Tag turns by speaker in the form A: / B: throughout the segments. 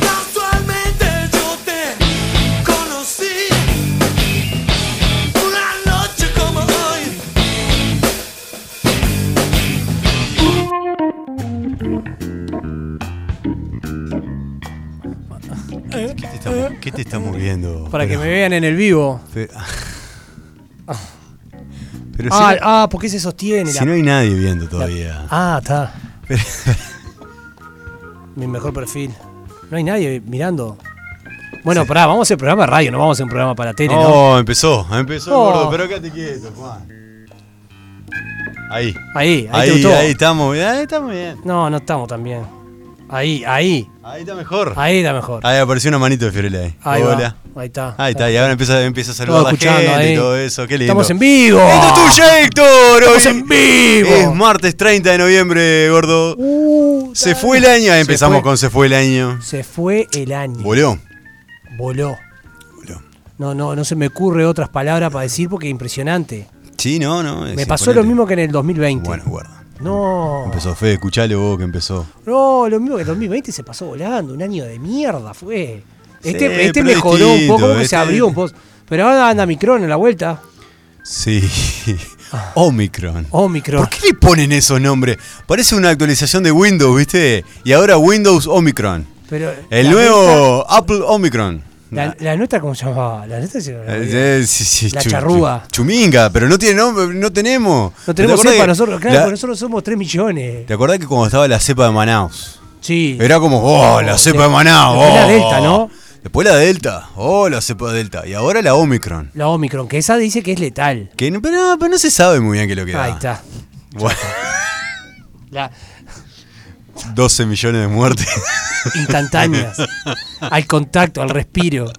A: Casualmente yo te conocí una noche como hoy.
B: ¿Qué te está, mo- qué te está moviendo?
C: Eh. Para que
B: Pero-
C: me vean en el vivo.
B: Fe- Ah. Pero si,
C: Ah,
B: no,
C: ah, porque se sostiene.
B: si
C: la-
B: no hay nadie viendo todavía.
C: Ah, está.
B: Pero-
C: Mi mejor perfil. No hay nadie mirando. Bueno, pará, vamos a hacer programa de radio, no vamos a hacer un programa para tele, ¿no?
B: Oh, empezó, empezó,
C: Oh.
B: gordo, pero quédate quieto, Juan. Ahí,
C: Ahí, ahí, te
B: ahí,
C: gustó.
B: ahí estamos, bien, ahí estamos bien.
C: No, no estamos tan bien. Ahí, ahí,
B: Ahí está mejor.
C: ahí está mejor.
B: Ahí apareció una manito de Fiorella ahí.
C: Ahí va,
B: Ah, Hola.
C: ahí está.
B: Ahí está, y ahora empieza, empieza a saludar
C: Todo
B: a la
C: escuchando
B: gente
C: ahí.
B: y todo eso, qué lindo.
C: Estamos en vivo.
B: ¡Esto es tuyo, Héctor!
C: Estamos
B: Hoy
C: en vivo. Uh,
B: Es martes 30 de noviembre, gordo. se fue el año, ahí empezamos
C: fue.
B: con se fue el año.
C: Se fue el año.
B: Voló.
C: Voló.
B: Voló.
C: No, no, no se me ocurre otras palabras para decir porque es impresionante.
B: Sí, no, no. es
C: Me pasó lo
B: imponente.
C: mismo que en el 2020.
B: Bueno, guarda.
C: No.
B: Empezó Fede, escuchalo vos que empezó.
C: No, lo mismo que el 2020 se pasó volando, un año de mierda fue. Este,
B: Sí,
C: este
B: pero
C: mejoró un
B: distinto,
C: poco, como que
B: este-
C: se abrió un poco. Pero ahora anda Micron en la vuelta.
B: Sí. Omicron.
C: Omicron.
B: ¿Por qué le ponen esos nombres? Parece una actualización de Windows, ¿viste? Y ahora Windows Omicron.
C: Pero
B: El
C: la nuestra-
B: nuevo Apple Omicron.
C: la, la nuestra, ¿cómo se llamaba? La nuestra se llamaba-
B: Eh, eh, sí, sí,
C: La charrúa.
B: Chuminga, pero no tiene nombre, no tenemos.
C: No
B: ¿Te
C: tenemos
B: acordás
C: cepa
B: que
C: nosotros, claro,
B: la-
C: porque nosotros somos 3 millones.
B: ¿Te acordás que cuando estaba la cepa de Manaus?
C: Sí.
B: Era como, oh,
C: Oh,
B: la
C: de-
B: cepa de Manaus.
C: después la
B: oh.
C: Delta, ¿no?
B: Después la Delta, oh, la cepa Delta. Y ahora la Omicron.
C: La Omicron, que esa dice que es letal.
B: Que no, pero, no, pero no se sabe muy bien qué es lo que da.
C: Ahí está.
B: Bueno,
C: La-
B: 12 millones de muertes.
C: instantáneas. al contacto, al respiro.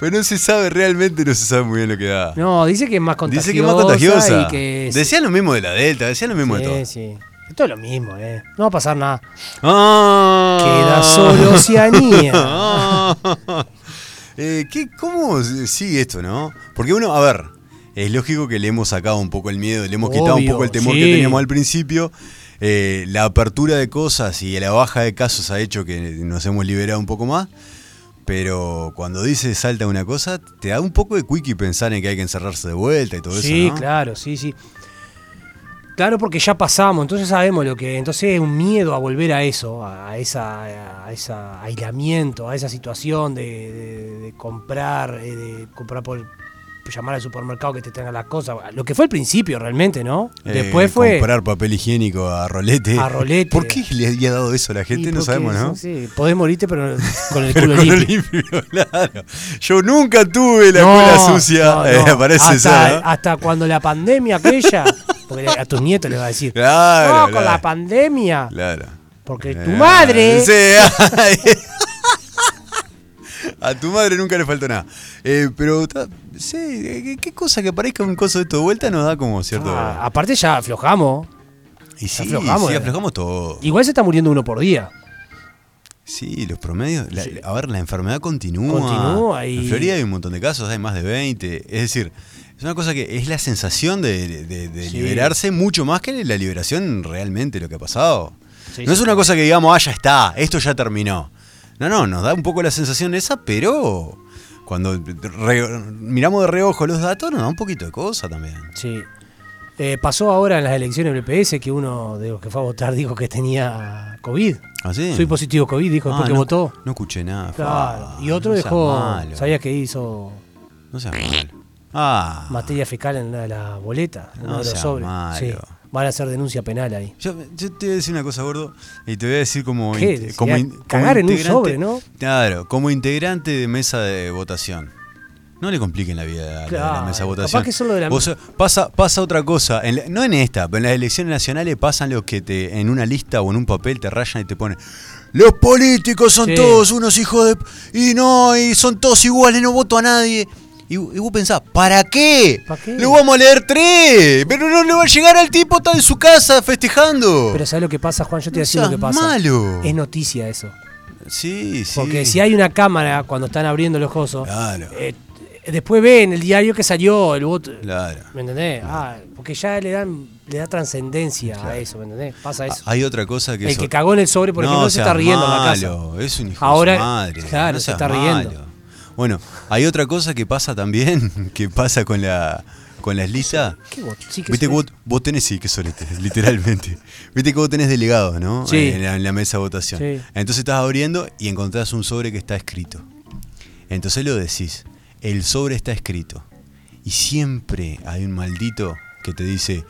B: Pero no se sabe realmente, no se sabe muy bien lo que da.
C: No, dice que es más contagiosa.
B: Dice que es más contagiosa.
C: Y que es-
B: Decían lo mismo de la Delta, decían lo mismo de todo.
C: Sí, Eh, sí. Esto es lo mismo, ¿eh? No va a pasar nada.
B: Ah.
C: Queda solo Oceanía.
B: Ah. Eh, ¿qué- ¿Cómo sigue esto, no? Porque uno, a ver, es lógico que le hemos sacado un poco el miedo, le hemos quitado un
C: Obvio,
B: poco el temor que
C: sí.
B: teníamos al principio. Eh, la apertura de cosas y la baja de casos ha hecho que nos hemos liberado un poco más. Pero cuando dice salta una cosa, te da un poco de quickie pensar en que hay que encerrarse de vuelta y todo eso.
C: Sí,
B: ¿no?
C: claro, sí, sí. Claro, porque ya pasamos, entonces sabemos lo que. Entonces es un miedo a volver a eso, a, a esa, a ese aislamiento, a esa situación de, de- de comprar, eh, de comprar por llamar al supermercado que te tenga las cosas. Lo que fue al principio realmente, ¿no?
B: Eh,
C: Después fue.
B: Comprar papel higiénico a rolete.
C: A rolete.
B: ¿Por qué le había dado eso a la
C: Y
B: gente? No
C: porque,
B: sabemos, ¿no?
C: Sí, podés morirte, pero con el
B: Pero
C: culo
B: con
C: limpio.
B: el limpio, claro. Yo nunca tuve la
C: No,
B: cola sucia.
C: no, no.
B: eh, parece
C: hasta,
B: ser, ¿no?
C: hasta cuando la pandemia aquella, porque a tus nietos le va a decir,
B: Claro,
C: no, con
B: claro.
C: la pandemia,
B: Claro.
C: porque tu
B: Eh,
C: madre,
B: sí, ay. A tu madre nunca le faltó nada. Eh, pero, ta- sí, eh, qué- qué cosa que parezca un coso de esto de vuelta nos da como cierto.
C: Ah, aparte ya aflojamos,
B: y sí,
C: aflojamos,
B: sí,
C: eh.
B: aflojamos todo.
C: igual se está muriendo uno por día.
B: Sí, los promedios. la- A ver, la enfermedad continúa.
C: Continúa y-
B: En Florida hay un montón de casos, hay más de 20. Es decir, es una cosa que es la sensación de, de- de
C: Sí.
B: liberarse mucho más que la liberación realmente, lo que ha pasado.
C: Sí,
B: no es
C: sí,
B: una cosa que digamos, ah, ya está, esto ya terminó. No, no, nos da un poco la sensación esa, pero cuando re- miramos de reojo los datos, nos da un poquito de cosa también.
C: Sí. Eh, pasó ahora en las elecciones del PS que uno de los que fue a votar dijo que tenía COVID.
B: ¿Ah, sí?
C: Soy positivo COVID, dijo
B: Ah,
C: después que
B: no,
C: pues, votó.
B: No escuché nada.
C: Claro.
B: fa,
C: Y otro
B: no seas
C: dejó,
B: malo,
C: sabía que hizo
B: No seas malo. Ah.
C: materia fecal en la, la boleta, en
B: No
C: uno de los
B: seas
C: sobres.
B: malo.
C: Sí. Van a hacer denuncia penal ahí.
B: Yo, yo te voy a decir una cosa, gordo, y te voy a decir como,
C: ¿Qué?
B: inte-
C: Sería
B: como, in- como
C: cagar en un
B: integrante-
C: sobre, ¿no?
B: Claro, como integrante de mesa de votación. No le compliquen la vida a la- a la,
C: Claro,
B: mesa de
C: capaz
B: votación.
C: que solo de la-
B: Vos- pasa, pasa otra cosa, en la- no en esta, pero en las elecciones nacionales pasan los que te en una lista o en un papel te rayan y te ponen los políticos son
C: Sí.
B: todos unos hijos de... p- Y no, y son todos iguales, no voto a nadie. Y, y vos pensás, ¿para qué?
C: ¿Pa' qué?
B: Le vamos a leer tres, pero no le va a llegar al tipo, está en su casa festejando.
C: Pero ¿sabes lo que pasa, Juan? Yo te voy a
B: No
C: decir lo
B: seas
C: que pasa.
B: malo.
C: Es noticia eso.
B: Sí, sí.
C: Porque si hay una cámara cuando están abriendo los cosos,
B: Claro.
C: eh, después ven el diario que salió, el voto.
B: Claro.
C: ¿Me entendés? Ah, porque ya le dan le da trascendencia a eso, ¿me entendés? Pasa eso.
B: Ah, Hay otra cosa que
C: el
B: eso-
C: que cagó en el sobre, por
B: No
C: ejemplo, se
B: seas
C: está riendo en la casa.
B: malo, Es un hijo
C: Ahora,
B: de su madre.
C: claro,
B: no
C: se
B: seas
C: está riendo.
B: malo. Bueno, hay otra cosa que pasa también, que pasa con la con las listas.
C: ¿Qué voto? Sí, que
B: Viste
C: se-
B: que vos, vos tenés, sí, que solete, literalmente. Viste que vos tenés delegados, ¿no? Eh,
C: Sí.
B: En la, en la mesa de votación.
C: Sí.
B: Entonces estás abriendo y encontrás un sobre que está escrito. Entonces lo decís, el sobre está escrito. Y siempre hay un maldito que te dice,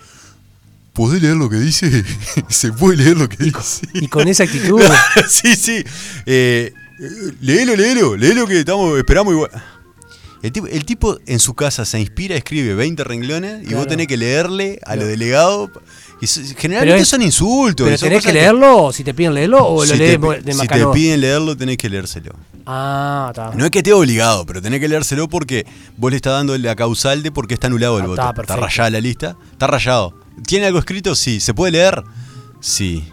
B: ¿podés leer lo que dice? Se puede leer lo que dice.
C: Y con esa actitud.
B: sí, sí. Eh, eh, léelo, léelo, léelo que estamos, esperamos igual. El tipo, el tipo en su casa se inspira, escribe 20 renglones y vos
C: Claro.
B: tenés que leerle a
C: Claro.
B: los delegados. Y so-
C: Pero
B: generalmente
C: es-
B: son insultos.
C: ¿Pero
B: son
C: tenés
B: cosas
C: que leerlo? o Si te piden leerlo o lo
B: si
C: lees
B: te,
C: mo-
B: pi-
C: de
B: si te
C: Macarón.
B: piden leerlo, tenés que leérselo.
C: Ah, está.
B: No es que esté obligado, pero tenés que leérselo porque vos le estás dando la causal de por qué está anulado el
C: Ah,
B: voto.
C: está,
B: Está
C: perfecto.
B: rayada la lista. Está rayado. ¿Tiene algo escrito? Sí. ¿Se puede leer? Sí.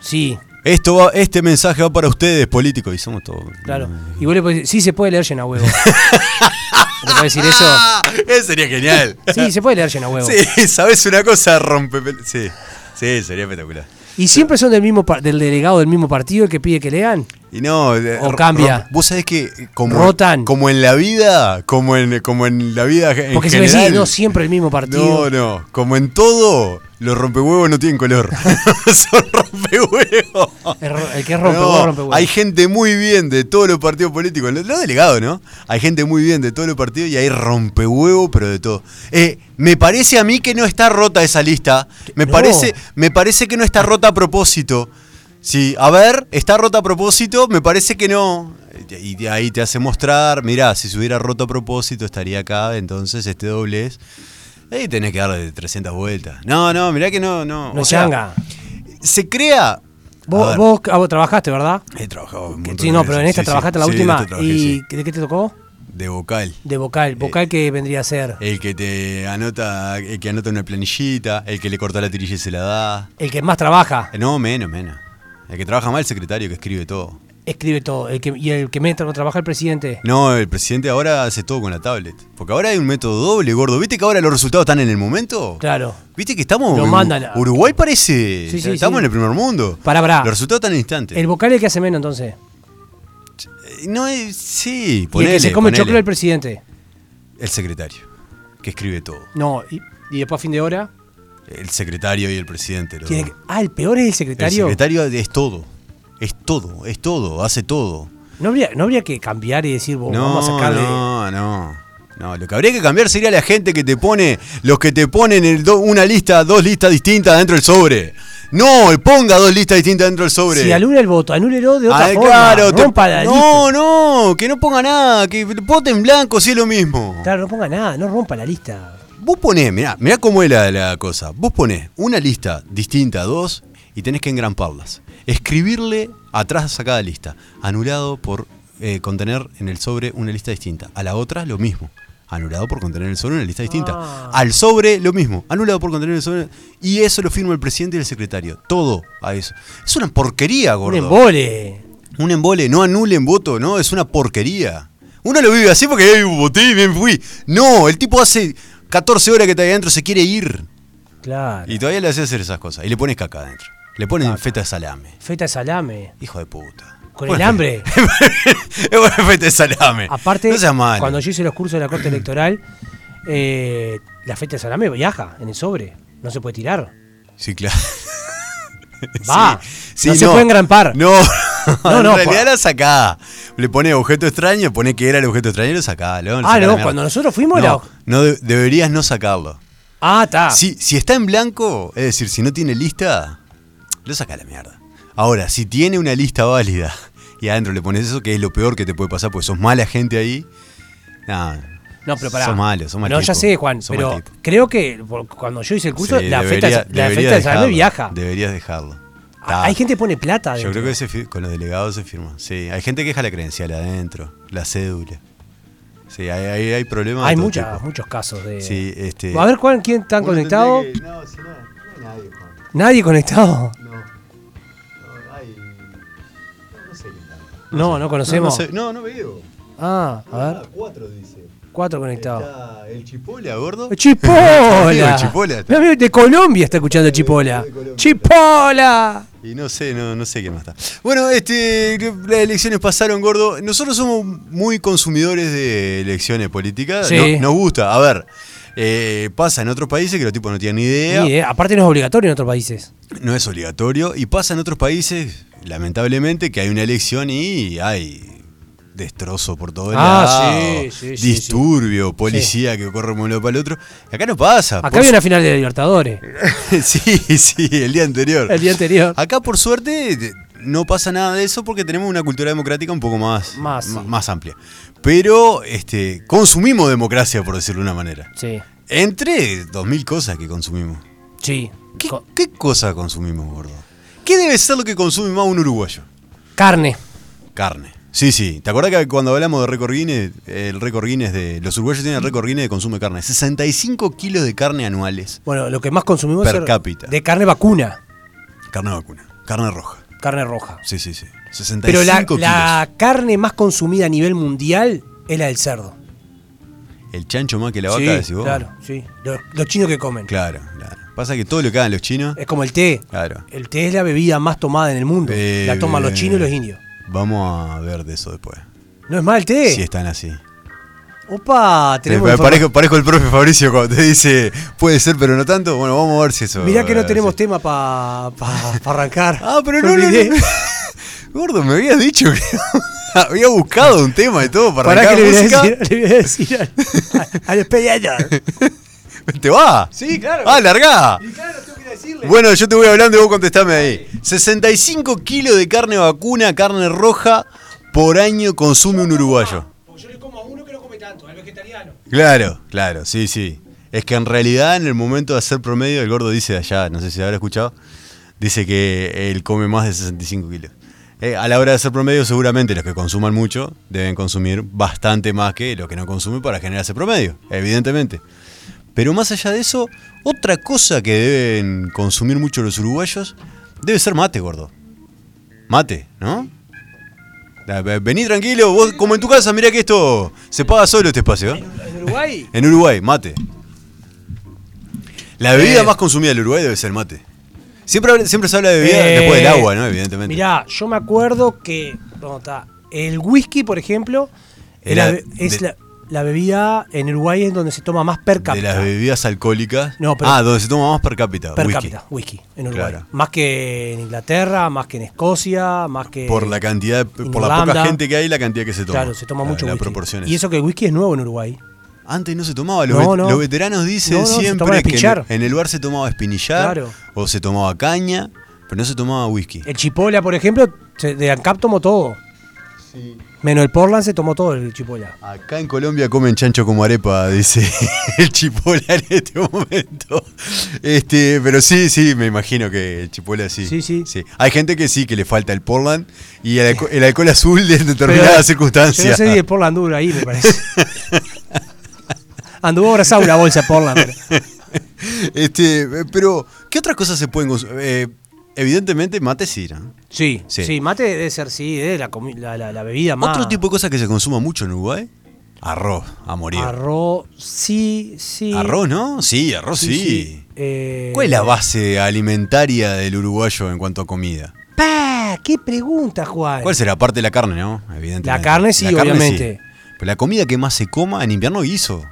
C: Sí,
B: Esto va, este mensaje va para ustedes, políticos. Y somos todos. Mm.
C: claro. Y vos le podés decir, sí se puede leer llena huevo. ¿Le podés decir eso?
B: ¡Ah! Eso sería genial.
C: Sí, se puede leer llena huevo.
B: Sí, ¿sabes una cosa? Rompe. Sí, sí, sería espectacular.
C: Y siempre son del mismo par- del delegado del mismo partido el que pide que lean.
B: Y no. eh,
C: O
B: ro-
C: cambia.
B: ro- Vos sabés que. eh, Como,
C: Rotan.
B: Como en la vida. Como en, como en la vida. En
C: Porque si me
B: general,
C: decís, no, siempre el mismo
B: No,
C: partido.
B: no. Como en todo, los rompehuevos no tienen color. Son rompehuevos.
C: El, ro- el que es rompe huevo,
B: No,
C: rompe huevo.
B: Hay gente muy bien de todos los partidos políticos, lo, lo delegado, ¿no? Hay gente muy bien de todos los partidos y hay rompehuevo, pero de todo. Eh, me parece a mí que no está rota esa lista. Me,
C: No.
B: parece, me parece que no está rota a propósito. Sí, a ver, está rota a propósito, me parece que no. Y de ahí te hace mostrar, mirá, si se hubiera roto a propósito estaría acá, entonces este doble es. Ahí tenés que darle 300 vueltas. No, no, mirá que no, no.
C: No
B: O sea,
C: changa.
B: Se crea. a
C: Vos,
B: ver.
C: vos, ah, vos trabajaste, ¿verdad?
B: He trabajado un
C: Que-
B: montón
C: Sí,
B: de
C: no,
B: veces.
C: pero en esta
B: Sí, sí,
C: trabajaste la
B: sí, en
C: última.
B: esta trabajé,
C: ¿Y
B: sí. Eh,
C: de qué te tocó?
B: de vocal.
C: De vocal. ¿Vocal que vendría a ser?
B: El que te anota, el que anota una planillita, el que le corta la tirilla y se la da.
C: El que más trabaja,
B: Eh, No, menos, menos. El que trabaja mal, el secretario que escribe todo.
C: escribe todo. El que, y el que menos trabaja el presidente.
B: No, el presidente ahora hace todo con la tablet. Porque ahora hay un método doble, gordo. ¿Viste que ahora los resultados están en el momento?
C: Claro.
B: ¿Viste que estamos.
C: Lo
B: en-
C: mandan a-
B: Uruguay parece.
C: Sí, sí,
B: estamos
C: sí.
B: en el primer mundo.
C: Pará, pará.
B: Los resultados están en instantes.
C: El vocal es el que hace menos entonces.
B: Eh, No es. Sí,
C: Y el
B: ponele.
C: que se come el
B: ponele.
C: choclo el presidente.
B: el secretario. Que escribe todo.
C: No, y, y después a fin de hora.
B: El secretario y el presidente. los
C: tiene
B: dos.
C: que- ah, el peor es el
B: El
C: secretario.
B: secretario es todo. Es todo, es todo, hace todo.
C: ¿No, habría, no habría que cambiar y decir, vos,
B: No,
C: Oh, vamos a sacarle.
B: no, no. No, lo que habría que cambiar sería la gente que te pone, los que te ponen el do- una lista, dos listas distintas dentro del sobre. No, ponga dos listas distintas dentro del sobre.
C: Si anula el voto, anúlelo de otra
B: Ah,
C: forma.
B: claro, te-
C: rompa la
B: no,
C: lista.
B: no, que no ponga nada, que vote en blanco si es lo mismo.
C: Claro, no ponga nada, no rompa la lista.
B: Vos ponés, mirá, mirá cómo es la, la cosa. Vos ponés una lista distinta a dos y tenés que engramparlas. Escribirle atrás a cada lista. Anulado por eh, contener en el sobre una lista distinta. A la otra lo mismo. Anulado por contener en el sobre una lista distinta.
C: Ah.
B: Al sobre lo mismo. Anulado por contener en el sobre. Y eso lo firma el presidente y el secretario. Todo a eso. Es una porquería,
C: Un
B: gordo.
C: embole.
B: Un embole, no anulen voto, no, es una porquería. Uno lo vive así porque "Ey, voté y bien fui. No, el tipo hace 14 horas que está ahí adentro, se quiere ir.
C: Claro.
B: Y todavía le hace hacer esas cosas. Y le pones caca adentro. Le ponen feta de salame.
C: Feta de salame.
B: Hijo de puta.
C: Con el
B: Bueno,
C: hambre.
B: Es bueno, feta de salame.
C: Aparte,
B: no seas malo.
C: cuando yo hice los cursos de la Corte Electoral, eh, la feta de salame viaja en el sobre. No se puede tirar.
B: Sí, claro.
C: Va.
B: Sí,
C: no, se puede engrampar.
B: No,
C: No, no,
B: en realidad
C: pa-
B: la sacá. Le pone objeto extraño, pone que era el objeto extraño y lo sacá. lo- lo
C: Ah,
B: sacá la
C: no,
B: mierda.
C: cuando nosotros fuimos era-
B: No, no de- deberías no sacarlo.
C: Ah, está.
B: Si, si está en blanco, es decir, si no tiene lista, lo saca a la mierda. Ahora, si tiene una lista válida y adentro le pones eso, que es lo peor que te puede pasar, porque sos mala gente ahí. Nah,
C: No, pero pará.
B: Sos malo, sos mal
C: No, ya
B: tipo.
C: sé, Juan,
B: Sos
C: pero
B: mal tipo.
C: creo que por- cuando yo hice el curso,
B: Sí,
C: la,
B: debería-
C: feta, la
B: debería
C: feta de salame
B: dejarlo,
C: viaja.
B: Deberías dejarlo.
C: Ah, Hay
B: Ta.
C: gente que pone plata
B: Yo
C: adentro.
B: creo que se fir- con los delegados se firma. Sí, hay gente que deja la credencial adentro, la cédula. Sí, hay, hay, hay problemas. de
C: Hay
B: todo
C: muchas-
B: tipo.
C: muchos casos de...
B: Sí, este.
C: A ver, Juan, ¿quién están
B: uno tendría
C: conectados?
B: que- no, si no, no hay nadie, Juan.
C: ¿Nadie conectado?
B: No. No, hay- no, no sé qué tal.
C: No, no conocemos.
B: No, no, sé- no, no veo.
C: Ah, a
B: Ah,
C: ver.
B: cuatro dice.
C: Cuatro conectados. Eh,
B: Está el Chipola, gordo.
C: ¡Chipola!
B: Amigo, Chipola
C: Mi
B: está.
C: amigo de Colombia está escuchando Chipola.
B: de Colombia.
C: ¡Chipola!
B: Y no sé, no, no sé qué más está. Bueno, este, las elecciones pasaron, gordo. Nosotros somos muy consumidores de elecciones políticas.
C: Sí.
B: No- nos gusta. A ver, eh, pasa en otros países que los tipos no tienen ni idea.
C: Ni idea. eh, Aparte no es obligatorio en otros países.
B: No es obligatorio. Y pasa en otros países, lamentablemente, que hay una elección y hay destrozo por todo el
C: Ah,
B: lado.
C: sí, sí, sí,
B: disturbio, policía que corre de un lado para el otro. Acá no pasa.
C: Acá
B: por
C: había una final de Libertadores.
B: sí, sí, el día anterior.
C: El día anterior.
B: Acá, por suerte, te- no pasa nada de eso porque tenemos una cultura democrática un poco más,
C: Más,
B: ma-
C: sí.
B: más amplia. Pero este, consumimos democracia, por decirlo de una manera.
C: Sí.
B: Entre 2.000 cosas que consumimos.
C: Sí.
B: ¿Qué,
C: Co-
B: qué cosa consumimos, gordo? ¿Qué debe ser lo que consume más un uruguayo?
C: Carne.
B: Carne. Sí, sí. ¿Te acordás que cuando hablamos de récord Guinness, el récord Guinness de. Los uruguayos tienen el récord Guinness de consumo de carne. 65 kilos de carne anuales.
C: Bueno, lo que más consumimos
B: Per
C: es
B: cápita.
C: de carne vacuna,
B: Carne vacuna. Carne roja.
C: carne roja.
B: Sí, sí, sí.
C: Pero
B: 65
C: la,
B: kilos.
C: la carne más consumida a nivel mundial es la del cerdo.
B: El chancho más que la vaca,
C: sí,
B: decís vos.
C: claro, sí. Los, los chinos que comen.
B: Claro, claro. Pasa que todo lo que hagan los chinos,
C: Es como el té.
B: Claro.
C: El té es la bebida más tomada en el mundo.
B: Bebe.
C: La toman los chinos y los indios.
B: Eh, vamos a ver de eso después.
C: ¿No es mal el té?
B: Si están así.
C: Opa, tenemos
B: Eh,
C: informa-
B: parezco, parezco el profe Fabricio cuando te dice puede ser, pero no tanto. Bueno, vamos a ver si eso.
C: Mirá que no tenemos
B: tiempo.
C: tema para arrancar.
B: Ah, pero
C: Me
B: no, no,
C: olvidé.
B: no. Gordo, me habías dicho que había buscado un tema y todo para
C: Pará
B: arrancar
C: que le voy a
B: música.
C: decir, le voy a decir al, al- al expediador.
B: ¿Te va?
C: Sí, claro.
B: Ah, largá.
C: Claro, tengo que decirle.
B: Bueno, yo te voy hablando y vos contestame ahí. 65 kilos de carne vacuna, carne roja, por año consume un uruguayo.
C: Porque yo le como a uno que no come tanto, al vegetariano.
B: Claro, claro, sí, sí. Es que en realidad en el momento de hacer promedio, el gordo dice de allá, no sé si habrá escuchado, dice que él come más de 65 kilos. Eh, a la hora de hacer promedio, seguramente los que consuman mucho deben consumir bastante más que los que no consumen para generar ese promedio, evidentemente. Pero más allá de eso, otra cosa que deben consumir mucho los uruguayos debe ser mate, gordo. Mate, ¿no? Da- ve- Vení tranquilo, vos como en tu casa, mirá que esto se paga solo este espacio. ¿eh?
C: En Uruguay,
B: En Uruguay, mate. La bebida
C: Eh.
B: más consumida del Uruguay debe ser mate. Siempre, habla- siempre se habla de bebida
C: Eh.
B: después del agua, ¿no? Evidentemente.
C: mirá, yo me acuerdo que. bueno, está, el whisky, por ejemplo, es
B: Era
C: la be- es
B: de-
C: la, la bebida en Uruguay es donde se toma más per
B: de
C: cápita.
B: las bebidas alcohólicas.
C: No, pero-
B: ah, donde se toma más per cápita.
C: per
B: whisky.
C: cápita, whisky, en Uruguay.
B: Claro.
C: Más que en Inglaterra, más que en Escocia, más que.
B: Por la cantidad, de-
C: Eh, en
B: por la poca
C: Irlanda.
B: gente que hay, la cantidad que se toma.
C: Claro, se toma
B: La-
C: mucho
B: la
C: whisky.
B: proporción es-
C: Y eso que el whisky es nuevo en Uruguay.
B: Antes no se tomaba. Los,
C: No,
B: vet-
C: no.
B: los veteranos dicen
C: No, no, se
B: siempre
C: tomaba
B: que en,
C: espinillar.
B: en el bar se tomaba espinillar
C: Claro.
B: o se tomaba caña, pero no se tomaba whisky.
C: El Chipola, por ejemplo, se- de ANCAP tomó todo. Menos el Portland se tomó todo el Chipola.
B: Acá en Colombia comen chancho como arepa, dice el chipola en este momento. Este, pero sí, sí, me imagino que el chipola sí.
C: Sí, sí.
B: Hay gente que sí, que le falta el Portland y el, alco- el alcohol azul en determinadas
C: Pero,
B: circunstancias.
C: Yo no sé si el Portland duro ahí, me parece. Anduvo abrazado una bolsa Portland. pero-
B: Este, pero, ¿qué otras cosas se pueden consumir? evidentemente, mate sí, ¿no?
C: Sí,
B: Sí.
C: sí, mate debe ser, sí, es la, comi- la, la- la bebida más.
B: Otro tipo de cosas que se consuma mucho en Uruguay, arroz, a morir.
C: Arroz, sí, sí.
B: Arroz, ¿no? Sí, arroz sí.
C: Eh,
B: ¿Cuál es la base alimentaria del uruguayo en cuanto a comida?
C: ¡Pah! ¡Qué pregunta, Juan!
B: ¿Cuál será? Aparte de la carne, ¿no? Evidentemente.
C: La carne sí, obviamente.
B: Pero la comida que más se coma en invierno guiso.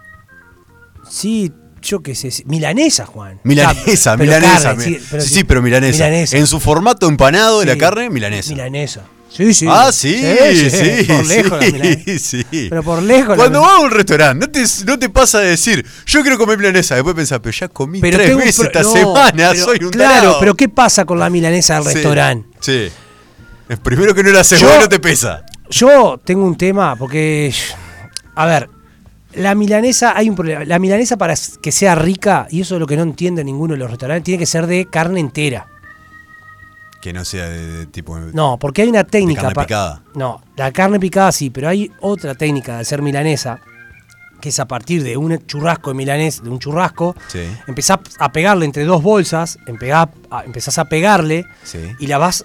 C: Sí, yo qué sé. sí, Milanesa, Juan.
B: Milanesa,
C: Pero
B: milanesa.
C: carne,
B: mi- sí, sí, pero milanesa.
C: milanesa.
B: En su formato empanado de la
C: Sí.
B: carne, milanesa.
C: Milanesa. Sí, sí.
B: Ah, sí, sí, sí.
C: Por lejos la milanesa.
B: sí.
C: Pero por lejos la
B: Cuando
C: milanesa.
B: vas a un restaurante, no te, no te pasa de decir, yo quiero comer milanesa. Después pensás, pero ya comí
C: Pero
B: tres
C: tengo un
B: veces
C: pro-
B: esta
C: no,
B: semana,
C: pero-
B: soy un
C: Claro,
B: tarado.
C: pero ¿qué pasa con la milanesa del
B: Sí,
C: restaurante?
B: Sí. Es Primero que no la haces,
C: Yo-
B: vos no te pesa.
C: Yo tengo un tema, porque. A ver, la milanesa, hay un problema. La milanesa, para que sea rica, y eso es lo que no entiende ninguno de los restaurantes, tiene que ser de carne entera.
B: Que no sea de, de tipo.
C: No, porque hay una técnica.
B: carne
C: pa-
B: picada.
C: No, la carne picada sí, pero hay otra técnica de hacer milanesa, que es a partir de un churrasco de milanés, de un churrasco,
B: Sí.
C: empezás a pegarle entre dos bolsas, empegá- a- empezás a pegarle
B: Sí.
C: y la vas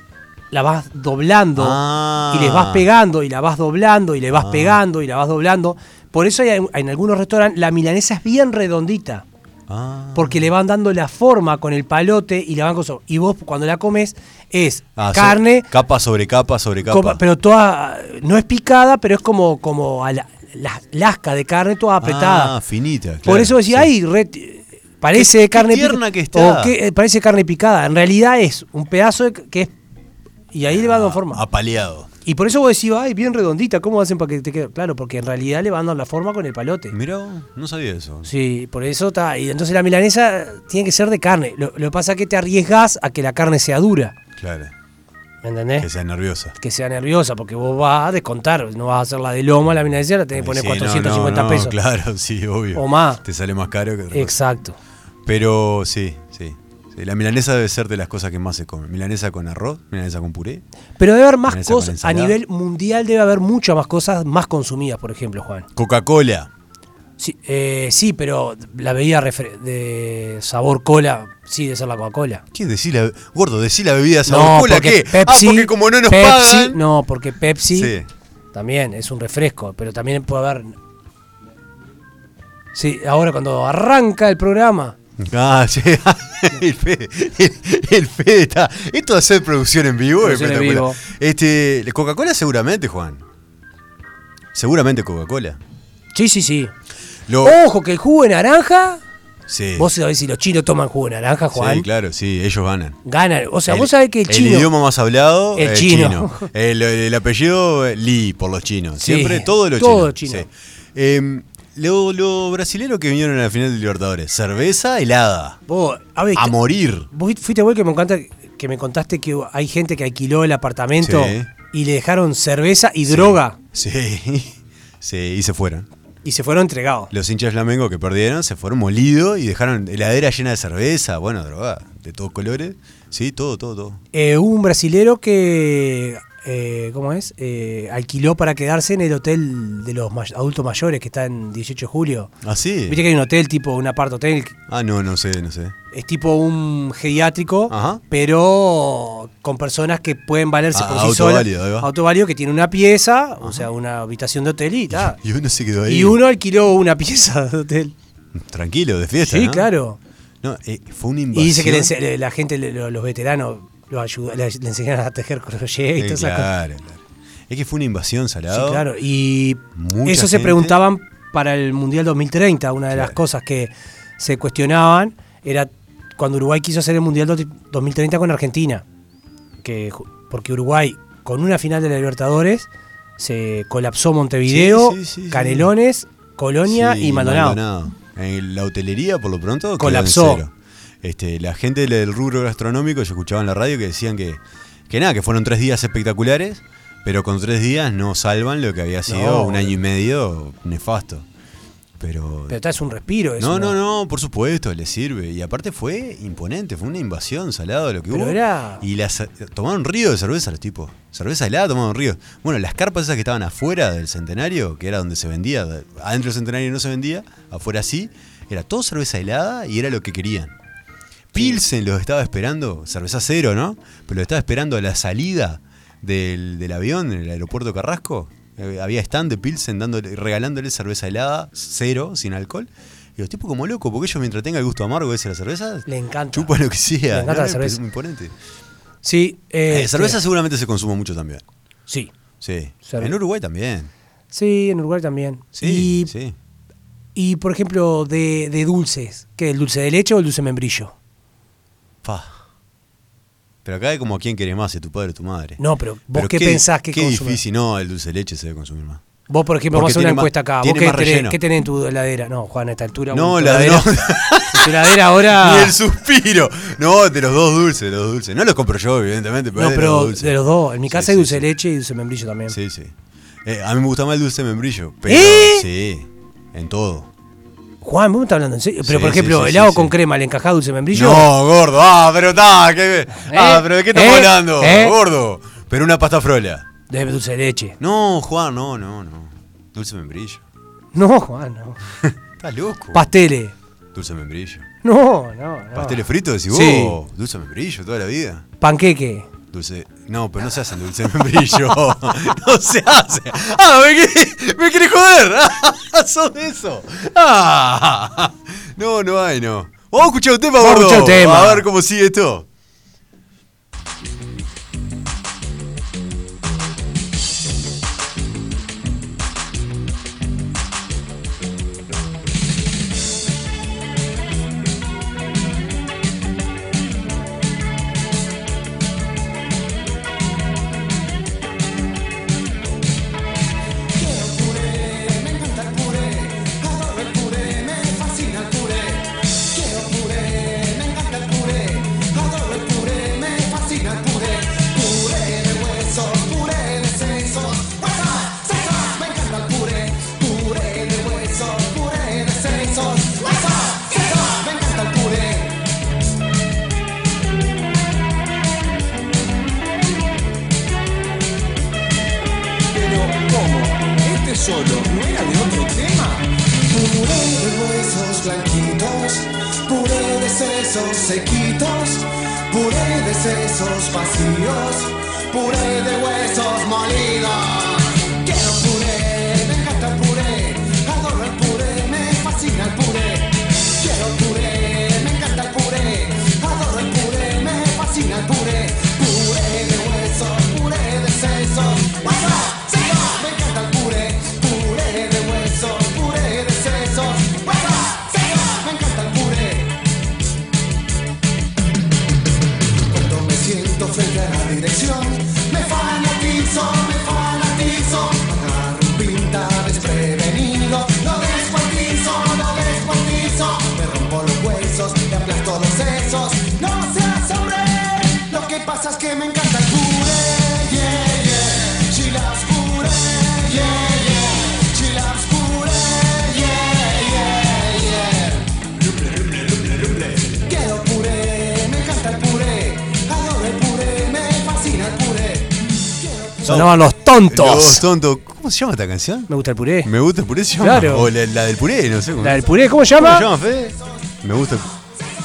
C: la vas doblando
B: Ah.
C: y les vas pegando y la vas doblando y le vas pegando y la vas doblando. Por eso hay- en algunos restaurantes la milanesa es bien redondita
B: Ah.
C: porque le van dando la forma con el palote y la van con y vos cuando la comes es
B: Ah, so-
C: carne
B: capa sobre capa sobre capa.
C: copa- pero toda no es picada pero es como como a la, la- lasca de carne toda apretada
B: Ah, finita.
C: por
B: claro,
C: eso
B: sí.
C: decía ay re- parece
B: Qué- qué
C: carne
B: tierna
C: pica-
B: que está.
C: o qué- eh, parece carne picada en realidad es un pedazo de c- que es y ahí le van
B: Ah,
C: dando forma
B: Apaleado.
C: y por eso vos decís ay bien redondita cómo hacen para que te quede claro porque en realidad le van dando la forma con el palote
B: Mirá, vos, no sabía eso.
C: Sí, por eso está. Y entonces la milanesa tiene que ser de carne. Lo, lo que pasa es que te arriesgas a que la carne sea dura.
B: Claro,
C: ¿Me entendés?
B: que sea nerviosa.
C: Que sea nerviosa, porque vos vas a descontar. No vas a hacer la de loma, la milanesa, la tenés que poner
B: Eh, Sí, no,
C: 450
B: no, no,
C: pesos.
B: Claro, sí, obvio.
C: O más.
B: Te sale más caro que otra cosa.
C: Exacto.
B: Pero sí, sí. sí, La milanesa debe ser de las cosas que más se comen. Milanesa con arroz, milanesa con puré.
C: Pero debe haber más
B: Milanesa con
C: cosas. A
B: ensalada.
C: nivel mundial debe haber muchas más cosas más consumidas, por ejemplo, Juan.
B: Coca-Cola.
C: Sí, eh, sí pero la bebida refre- de sabor cola, sí, de ser la Coca-Cola.
B: ¿Qué decir la gordo? Decí la bebida sabor cola
C: porque
B: qué? ah, porque como no nos
C: Pepsi-
B: pagan.
C: No, porque Pepsi
B: Sí.
C: también es un refresco, pero también puede haber. Sí, ahora cuando arranca el programa.
B: Ah, sí. El Fede, el, el Fede está. Esto de hacer producción en vivo es
C: Producción en
B: espectacular. Este, Coca-Cola seguramente, Juan. Seguramente Coca-Cola.
C: Sí, sí, sí.
B: Lo-
C: Ojo que el jugo de naranja.
B: sí.
C: Oh, Vos sabés si los chinos toman jugo de naranja, Juan.
B: Sí, claro, sí, ellos ganan.
C: Ganan. O sea,
B: El-
C: vos sabés que el chino.
B: idioma más hablado,
C: El
B: el
C: chino.
B: chino. El, el apellido eh, Li por los chinos.
C: Sí,
B: Siempre todos los
C: todo
B: chinos.
C: chino.
B: sí. Em, lo, lo brasilero que vinieron a la final de Libertadores, cerveza helada.
C: Vos, a ver,
B: A morir.
C: vos fuiste vos que me encanta que me contaste que hay gente que alquiló el apartamento
B: Sí.
C: y le dejaron cerveza y droga
B: Sí. Sí, y se fueron.
C: y se fueron entregados.
B: Los hinchas de Flamengo que perdieron se fueron molidos y dejaron heladera llena de cerveza, bueno, droga, de todos colores. Sí, todo, todo, todo.
C: Eh, hubo un brasilero que, eh, ¿cómo es? Eh, alquiló para quedarse en el hotel de los may- adultos mayores que está en 18 de julio.
B: ¿Ah, sí?
C: Viste que hay un hotel tipo, un apart hotel, que
B: Ah, no, no sé, no sé.
C: es tipo un geriátrico,
B: Ajá.
C: pero con personas que pueden valerse
B: Ah,
C: por sí solas.
B: autoválido, ahí va.
C: Autoválido que tiene una pieza, o sea, una habitación de hotel y tal.
B: Y uno se quedó ahí.
C: Y uno alquiló una pieza de hotel.
B: Tranquilo, de fiesta.
C: Sí,
B: ¿no?
C: claro.
B: No, eh, fue una
C: Y
B: invasión.
C: dice que le ense- le- la gente, le- lo- los veteranos, lo ayuda, le, le enseñan a tejer crochet y
B: Eh,
C: todas esas cosas.
B: claro, claro. Es que fue una invasión salado.
C: Sí, claro. Y
B: Mucha
C: eso se
B: gente.
C: preguntaban para el Mundial 2030. Una de las
B: Claro.
C: cosas que se cuestionaban era cuando Uruguay quiso hacer el Mundial do- 2030 con Argentina. Que, ju- porque Uruguay, con una final de la Libertadores, se colapsó Montevideo,
B: Sí, sí, sí, sí.
C: Canelones, Colonia
B: Sí,
C: y Maldonado.
B: En la hotelería, por lo pronto, quedó en
C: Colapsó.
B: cero. Este, la gente del rubro gastronómico, yo escuchaba en la radio que decían que, que nada, que fueron tres días espectaculares, pero con tres días no salvan lo que había sido
C: No.
B: un año y medio nefasto. Pero,
C: Pero está, es un respiro. eso,
B: no, no, no, por supuesto, le sirve. Y aparte fue imponente, fue una invasión salada de lo que
C: Pero
B: hubo.
C: era-
B: Y las, tomaron río de cerveza los tipos. Cerveza helada tomaron río. Bueno, las carpas esas que estaban afuera del centenario, que era donde se vendía, adentro del centenario no se vendía, afuera sí, era todo cerveza helada y era lo que querían. Pilsen los estaba esperando, cerveza cero, ¿no? Pero los estaba esperando a la salida del, del avión en el aeropuerto Carrasco. Eh, Había stand de Pilsen dándole, regalándole cerveza helada, cero, sin alcohol. Y los tipos como locos, porque ellos mientras tenga el gusto amargo ese de la cerveza,
C: Le encanta.
B: chupa lo que sea.
C: Le encanta la
B: Es
C: cerveza.
B: muy imponente.
C: Sí.
B: Eh,
C: eh,
B: cerveza
C: este,
B: seguramente se consume mucho también.
C: Sí.
B: Sí.
C: Cerve-
B: En Uruguay también.
C: Sí, en Uruguay también.
B: Sí,
C: y,
B: sí.
C: y, por ejemplo, de, de dulces. ¿Qué? ¿El dulce de leche o el dulce membrillo?
B: Pa. Pero acá es como a quién querés más, si tu padre o tu madre.
C: No, pero vos
B: Pero
C: qué, pensás que
B: Qué
C: consume?
B: difícil, no, el dulce de leche se debe consumir más.
C: Vos, por ejemplo,
B: Porque
C: vamos a hacer una
B: tiene más-
C: encuesta acá. ¿Vos
B: tiene
C: qué
B: más
C: tenés,
B: relleno.
C: qué tenés en tu heladera? No, Juan, a esta altura.
B: No,
C: en tu
B: la-
C: heladera-
B: no.
C: en tu heladera ahora.
B: Ni el suspiro. No, de los dos dulces, de los dulces. No los compro yo, evidentemente, pero,
C: no,
B: de
C: pero
B: los dulces.
C: de los dos. En mi casa
B: Sí,
C: hay
B: sí,
C: dulce
B: sí.
C: de leche y dulce de membrillo también.
B: Sí, sí. Eh, a mí me gusta más el dulce de membrillo. Pero
C: ¿Eh?
B: sí, en todo.
C: Juan, vos me estás hablando en serio. Pero,
B: Sí,
C: por
B: sí,
C: ejemplo,
B: sí, sí,
C: helado
B: sí.
C: con crema, le encajás dulce de membrillo.
B: No, gordo. Ah, pero está. que- Ah, pero ¿de qué estamos
C: ¿Eh?
B: hablando?
C: ¿Eh?
B: Gordo. Pero una pasta frola.
C: De dulce de leche.
B: No, Juan, no, no, no. Dulce de membrillo.
C: No, Juan, no.
B: Estás loco.
C: Pasteles.
B: dulce de membrillo.
C: No, no, no.
B: Pasteles fritos, decís
C: Ah. Sí.
B: vos. Dulce de membrillo toda la vida.
C: Panqueque.
B: Dulce. No, pero no se hacen dulce de membrillo. no se hace. Ah, me querés, me querés joder. Ah, sos de eso. Ah, no, no hay, no. Vamos a escuchar un tema,
C: Vamos a
B: gordo.
C: escuchar un tema.
B: A ver cómo sigue esto.
D: Pero ¿cómo? ¿Este solo no era de otro tema? Puré de huesos blanquitos, puré de sesos sequitos, puré de sesos vacíos, puré de huesos molidos. Quiero puré, me encanta el puré, adoro el puré, me fascina el puré. Quiero puré, me encanta el puré, adoro el puré, me fascina el puré. Puré de huesos, puré de sesos, ¡guasa! ¡Sesos! Me encanta el puré, puré de huesos, puré de sesos, ¡guasa! ¡Sesos! Me encanta el puré. Cuando me siento frente a la dirección, me fanatizo, me fanatizo. Agarro un pinta desprevenido, lo descuartizo, lo descuartizo. Me rompo los huesos, me aplasto los sesos. No seas hombre, lo que pasa es que me encanta el puré, yeah, yeah. Chilas puré, yeah, yeah. Chilas puré, yeah, yeah, yeah. Quiero puré, me encanta el puré, adoro el puré, me fascina el puré.
C: Sonaban los
B: Los
C: tontos.
B: tontos. ¿Cómo se llama esta canción?
C: Me gusta el puré.
B: Me gusta el puré, se llama.
C: Claro.
B: O la, la del puré, no sé cómo.
C: La del puré, ¿cómo se
B: Mm. ¿Cómo
C: llama?
B: se llama, Fede? Me gusta. el-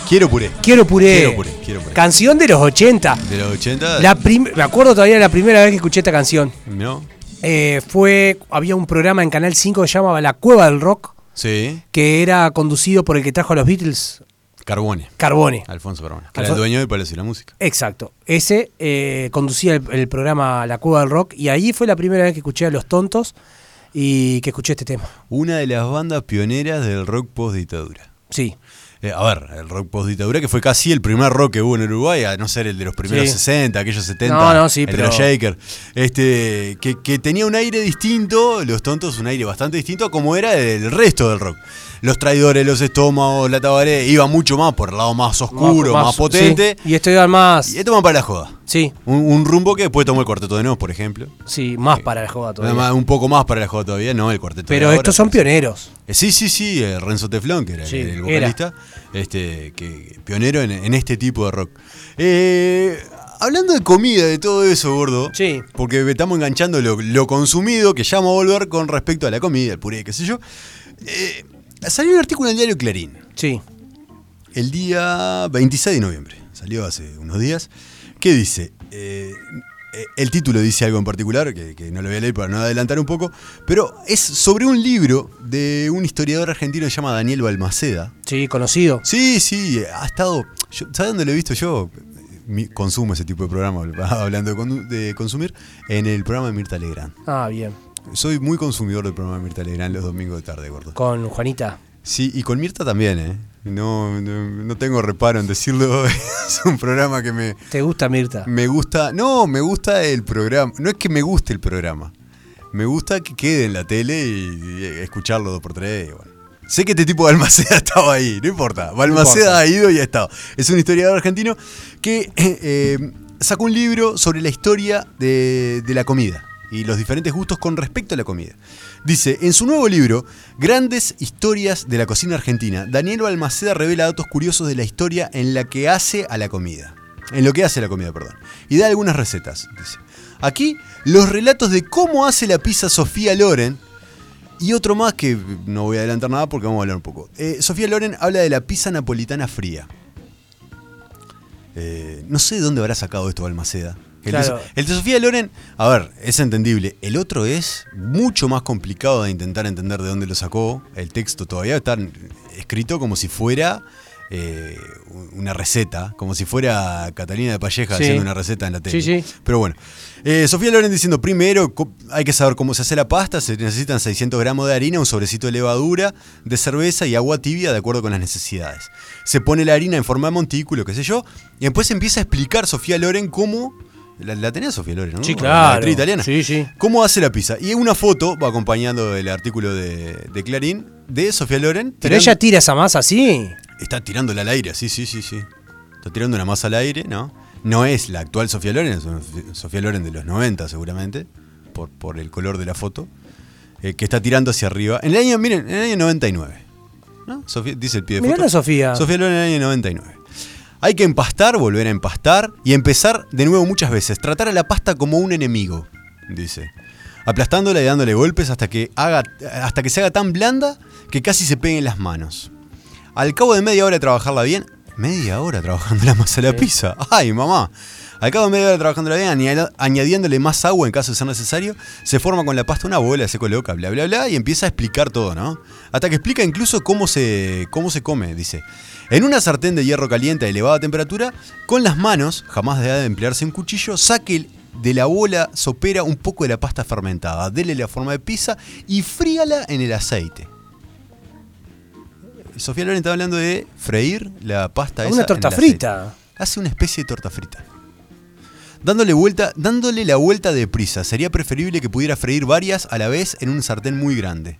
B: Quiero puré.
C: Quiero puré.
B: Quiero puré, quiero puré.
C: Canción de los 80.
B: De los 80.
C: La prim- me acuerdo todavía de la primera vez que escuché esta canción.
B: No.
C: Eh, fue había un programa en Canal 5 que se llamaba La Cueva del Rock,
B: Sí.
C: que era conducido por el que trajo a los Beatles,
B: Carbone.
C: Carbone.
B: Alfonso Carbone. Que era
C: Alfonso-
B: el dueño del Palacio de la Música.
C: Exacto. Ese eh, conducía el, el programa La Cueva del Rock y ahí fue la primera vez que escuché a Los Tontos y que escuché este tema.
B: Una de las bandas pioneras del rock post-dictadura.
C: Sí.
B: Eh, a ver, el rock post-dictadura, que fue casi el primer rock que hubo en Uruguay, a no ser el de los primeros
C: Sí.
B: 60, aquellos 70,
C: No, no, sí,
B: el de
C: pero-
B: los Shaker. Este, que, que tenía un aire distinto, Los Tontos, un aire bastante distinto a como era el resto del rock. Los Traidores, Los Estómagos, La Tabaré, iba mucho más por el lado más oscuro, más, potente.
C: sí. Y esto iba más.
B: Y esto más para la joda.
C: Sí,
B: Un, un rumbo que después tomó el Cuarteto de Nos, por ejemplo.
C: sí, más para la joda todavía.
B: Además, un poco más para la joda todavía, no el Cuarteto de
C: Pero
B: ahora,
C: estos son
B: pues.
C: pioneros.
B: Eh, Sí, sí, sí, eh, Renzo Teflón, que era el-
C: Sí,
B: el
C: era.
B: vocalista, este, que, pionero en, en este tipo de rock. Eh, hablando de comida, de todo eso, gordo,
C: Sí.
B: porque estamos enganchando lo, lo consumido que ya vamos a volver con respecto a la comida, el puré, qué sé yo. Eh, salió un artículo en el diario Clarín,
C: Sí.
B: el día 26 de noviembre, salió hace unos días, que dice, eh, eh, el título dice algo en particular, que, que no lo voy a leer para no adelantar un poco, pero es sobre un libro de un historiador argentino que se llama Daniel Balmaceda.
C: Sí, conocido.
B: Sí, sí, ha estado, yo- ¿sabes dónde lo he visto yo? eh, Mi- consumo ese tipo de programa, hablando de, condu- de consumir, en el programa de Mirta Legrand.
C: Ah, bien.
B: Soy muy consumidor del programa de Mirta Legrand los domingos de tarde, gordo.
C: Con Juanita.
B: Sí, y con Mirta también, ¿eh? No, no, no tengo reparo en decirlo. es un programa que me,
C: ¿Te gusta Mirta?
B: me gusta. No, me gusta el programa. No es que me guste el programa. Me gusta que quede en la tele y, y escucharlo dos por tres. y bueno. Sé que este tipo de Balmaceda estaba ahí, no importa. Balmaceda
C: importa.
B: ha ido y ha estado. Es un historiador argentino que eh, sacó un libro sobre la historia de, de la comida y los diferentes gustos con respecto a la comida. Dice, en su nuevo libro, Grandes Historias de la Cocina Argentina, Daniel Balmaceda revela datos curiosos de la historia en la que hace a la comida. En lo que hace la comida, perdón. Y da algunas recetas, dice. Aquí, los relatos de cómo hace la pizza Sofía Loren, y otro más que no voy a adelantar nada porque vamos a hablar un poco. Eh, Sofía Loren habla de la pizza napolitana fría. Eh, no sé de dónde habrá sacado esto Balmaceda. El, de-
C: Claro.
B: el de Sofía Loren, a ver, es entendible. El otro es mucho más complicado de intentar entender de dónde lo sacó. El texto todavía está escrito como si fuera eh, una receta, como si fuera Catalina de Palleja
C: Sí.
B: haciendo una receta en la tele.
C: Sí, sí.
B: Pero bueno, Eh, Sofía Loren diciendo primero co- hay que saber cómo se hace la pasta, se necesitan 600 gramos de harina, un sobrecito de levadura, de cerveza y agua tibia de acuerdo con las necesidades. Se pone la harina en forma de montículo, qué sé yo, y después empieza a explicar Sofía Loren cómo... La, la tenía Sofía Loren, ¿no?
C: Sí,
B: La
C: claro.
B: actriz italiana.
C: Sí, sí.
B: ¿Cómo hace la pizza? Y una foto, va acompañando el artículo de, de Clarín, de Sofía Loren.
C: Pero
B: tirando-
C: ella tira esa masa así.
B: Está tirándola al aire, sí, sí, sí, sí. Está tirando una masa al aire, ¿no? No es la actual Sofía Loren, es una Sof- Sofía Loren de los 90 seguramente, por, por el color de la foto, eh, que está tirando hacia arriba. En el año, miren, en el año 99. ¿no? Sofía- dice el pie de
C: Mirá
B: foto.
C: la Sofía.
B: Sofía Loren en el año 99. Hay que empastar, volver a empastar y empezar de nuevo muchas veces. Tratar a la pasta como un enemigo, dice. Aplastándola y dándole golpes hasta que, haga, hasta que se haga tan blanda que casi se peguen las manos. Al cabo de media hora de trabajarla bien, media hora trabajando la masa de la pizza. ¡Ay, mamá! Al cabo de media hora trabajándola bien, añadi- añadiéndole más agua en caso de ser necesario, se forma con la pasta una bola, se coloca, bla, bla, bla, y empieza a explicar todo, ¿no? Hasta que explica incluso cómo se, cómo se come, dice. En una sartén de hierro caliente a elevada temperatura, con las manos, jamás deja de emplearse un cuchillo, saque el- de la bola sopera un poco de la pasta fermentada, dele la forma de pizza y fríala en el aceite. Sofía Loren está hablando de freír la pasta
C: Una
B: esa en el
C: torta
B: aceite.
C: frita.
B: Hace una especie de torta frita. Dándole, vuelta, dándole la vuelta deprisa, sería preferible que pudiera freír varias a la vez en un sartén muy grande.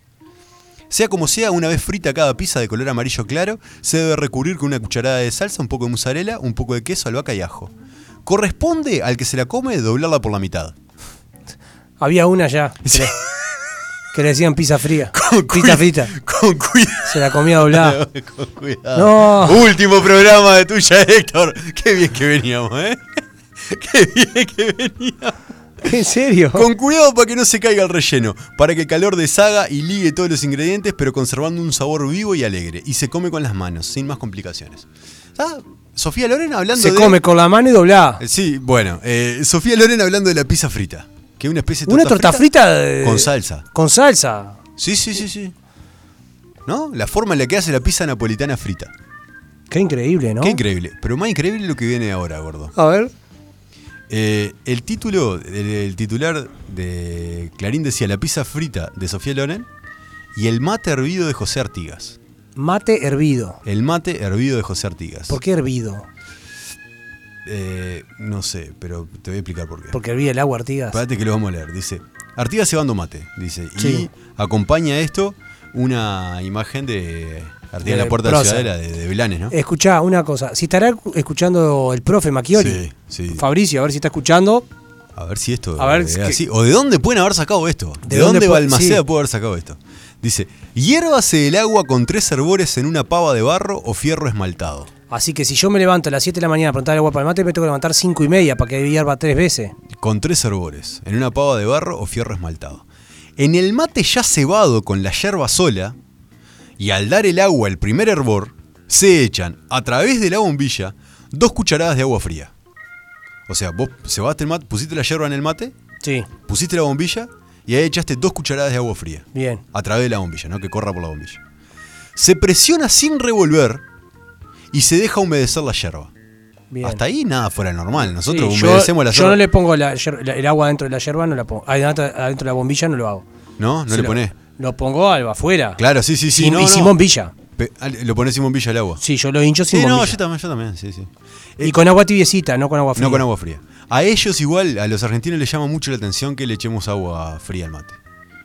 B: Sea como sea, una vez frita cada pizza de color amarillo claro, se debe recubrir con una cucharada de salsa, un poco de mozzarella, un poco de queso, albahaca y ajo. Corresponde al que se la come doblarla por la mitad.
C: Había una ya que le decían pizza fría. Pizza
B: cuida-
C: frita.
B: Con cuidado.
C: Se la comía doblada.
B: Con cuidado.
C: No.
B: Último programa de tuya, Héctor. Qué bien que veníamos, ¿eh? Qué bien que veníamos.
C: ¿En serio?
B: Con cuidado para que no se caiga el relleno, para que el calor deshaga y ligue todos los ingredientes, pero conservando un sabor vivo y alegre. Y se come con las manos, sin más complicaciones. Ah, Sofía Lorena hablando
C: Se
B: de.
C: come con la mano y doblada.
B: Sí, bueno. eh, Sofía Lorena hablando de la pizza frita. Que es una especie de
C: Una torta frita eh. de-
B: Con salsa.
C: Con salsa.
B: Sí, sí, sí, sí. ¿No? La forma en la que hace la pizza napolitana frita.
C: Qué increíble, ¿no?
B: Qué increíble. Pero más increíble es lo que viene ahora, gordo.
C: A ver.
B: Eh, el título, el, el titular de Clarín decía La pizza frita de Sofía Loren y el mate hervido de José Artigas.
C: Mate hervido.
B: El mate hervido de José Artigas.
C: ¿Por qué hervido?
B: Eh, no sé, pero te voy a explicar por qué.
C: Porque hervía el agua, Artigas.
B: Espérate que lo vamos a leer. Dice, Artigas cebando mate, dice.
C: Sí.
B: Y acompaña esto una imagen de Artigas
C: De
B: en la puerta
C: prosa. Eh,
B: de la ciudadela de, de Blanes, ¿no?
C: Escuchá una cosa. Si estará escuchando el profe Machiori,
B: Sí, sí.
C: Fabricio, a ver si está escuchando.
B: A ver si esto.
C: A ver
B: es
C: que-
B: así. O de dónde pueden haber sacado esto.
C: ¿De
B: De,
C: dónde
B: dónde,
C: pu-
B: Balmaceda
C: sí.
B: puede haber sacado esto. Dice: Hiérvase el agua con tres hervores en una pava de barro o fierro esmaltado.
C: Así que si yo me levanto a las 7 de la mañana a preguntar el agua para el mate, me tengo que levantar 5 y media para que hierva tres veces.
B: Con tres hervores en una pava de barro o fierro esmaltado. En el mate ya cebado con la yerba sola, y al dar el agua el primer hervor, se echan a través de la bombilla dos cucharadas de agua fría. O sea, vos cebaste el mate, pusiste la yerba en el mate,
C: Sí,
B: pusiste la bombilla y ahí echaste dos cucharadas de agua fría.
C: bien.
B: a través de la bombilla, ¿no? Que corra por la bombilla. Se presiona sin revolver y se deja humedecer la yerba.
C: bien.
B: Hasta ahí nada fuera normal. Nosotros
C: Sí,
B: humedecemos
C: yo,
B: la
C: yo
B: yerba.
C: no le pongo la yer- la- el agua dentro de la yerba, no la pongo. Adentro, adentro de la bombilla no lo hago.
B: ¿No? No
C: Se
B: le
C: lo-
B: ponés.
C: Lo pongo al- afuera.
B: Claro, sí, sí, sí.
C: Y,
B: no,
C: y
B: no.
C: sin bombilla.
B: Pe- ah, Lo pones sin bombilla el agua.
C: Sí, yo lo hincho sin
B: Sí, no,
C: bombilla.
B: yo también, yo también, sí, sí.
C: Y con agua tibiecita, no con agua fría.
B: No con agua fría. A ellos igual, a los argentinos les llama mucho la atención que le echemos agua fría al mate.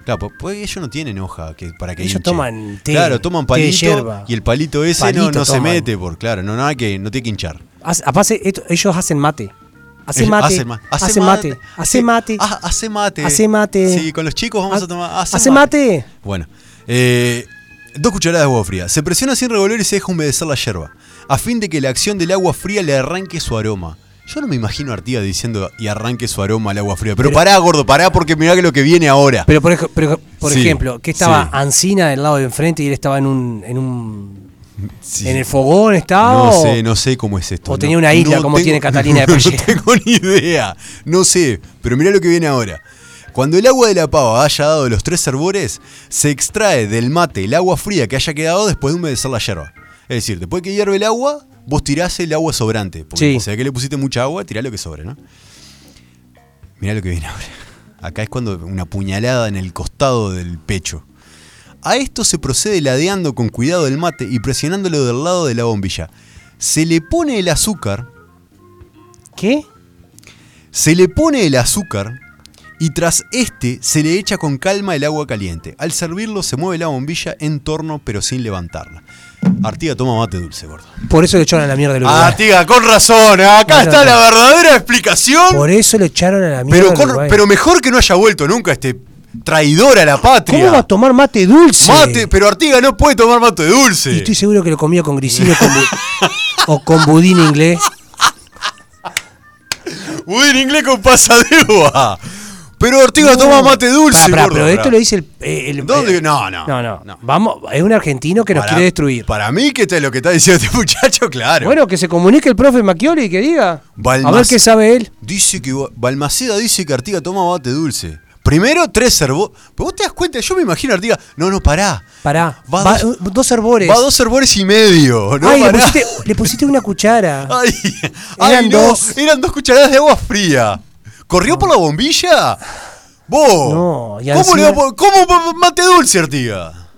B: Claro, po- pues ellos no tienen hoja que, para que
C: Ellos
B: hinche.
C: toman té,
B: Claro, toman
C: té de
B: palito
C: yerba.
B: y el palito ese no-
C: Palito
B: no, se
C: toman.
B: mete por, claro, no nada que no tiene que hinchar.
C: Hace- aparte, esto- ellos hacen mate. Hace
B: Ellos
C: mate.
B: hacen ma-
C: Hace mate. Hace mate.
B: Ah, Hace mate.
C: Hace mate.
B: Sí, con los chicos vamos
C: Ha-
B: a tomar.
C: hace mate.
B: Bueno. eh, dos cucharadas de agua fría. Se presiona sin revolver y se deja humedecer la yerba. A fin de que la acción del agua fría le arranque su aroma. Yo no me imagino a Artigas diciendo y arranque su aroma al agua fría. Pero, pará, gordo, pará, porque mirá que lo que viene ahora.
C: Pero por, ej- pero, por
B: Sí,
C: ejemplo, que estaba
B: sí.
C: Ancina del lado de enfrente y él estaba en un, en un
B: Sí.
C: ¿En el fogón estaba?
B: No
C: o-
B: sé, no sé cómo es esto.
C: o
B: no-
C: tenía una isla como tiene Catalina de
B: no,
C: Pallera.
B: tengo ni idea. No sé, pero mirá lo que viene ahora. Cuando el agua de la pava haya dado los tres hervores, se extrae del mate el agua fría que haya quedado después de humedecer la yerba. Es decir, después que hierve el agua, vos tirás el agua sobrante. Porque
C: Sí.
B: si que le pusiste mucha agua, tirá lo que sobra, ¿no? Mirá lo que viene ahora. Acá es cuando una puñalada en el costado del pecho. A esto se procede ladeando con cuidado el mate y presionándolo del lado de la bombilla. Se le pone el azúcar,
C: ¿Qué?
B: se le pone el azúcar y tras este se le echa con calma el agua caliente. Al servirlo se mueve la bombilla en torno pero sin levantarla. Artiga toma mate dulce, gordo.
C: Por eso lo echaron a la
B: Ah,
C: mierda del Uruguay.
B: Artiga, con razón, acá
C: Claro,
B: está la
C: claro.
B: verdadera explicación.
C: Por eso lo echaron a la mierda
B: Pero,
C: del
B: con-
C: Uruguay.
B: pero mejor que no haya vuelto nunca este traidor a la patria.
C: ¿Cómo va a tomar mate dulce?
B: Mate, pero Artiga no puede tomar mate dulce.
C: Y estoy seguro que lo comía con grisino con bu- o con budín inglés.
B: Uy, en inglés con pasa de uva. Pero Ortiga toma mate dulce.
C: Pará, pará,
B: gordo,
C: pero esto
B: pará.
C: lo dice el. eh, el-
B: ¿Dónde?
C: el-
B: No, no,
C: no, no.
B: no.
C: Vamos, es un argentino que nos
B: Para-
C: quiere destruir.
B: Para mí, que es lo que está diciendo este muchacho? Claro.
C: Bueno, que se comunique el profe Macchioli y que diga.
B: Balmas-
C: A ver qué sabe él.
B: Dice que Ba- Balmaceda dice que Artiga toma mate dulce. Primero, tres cervos. Pero vos te das cuenta, yo me imagino a Artiga. No, no, pará.
C: Pará.
B: Va
C: Va
B: dos-
C: dos, herbores.
B: Va dos cervores y medio. No,
C: Ay, le
B: pará. Ah.
C: pusiste, le pusiste una cuchara.
B: Ay, ay,
C: Eran
B: no,
C: dos.
B: Eran dos cucharadas de agua fría. ¿Corrió por la bombilla? ¡Vos!
C: No, y
B: ¿Cómo, le
C: encima-
B: va a po- cómo va- mate dulce, Artiga?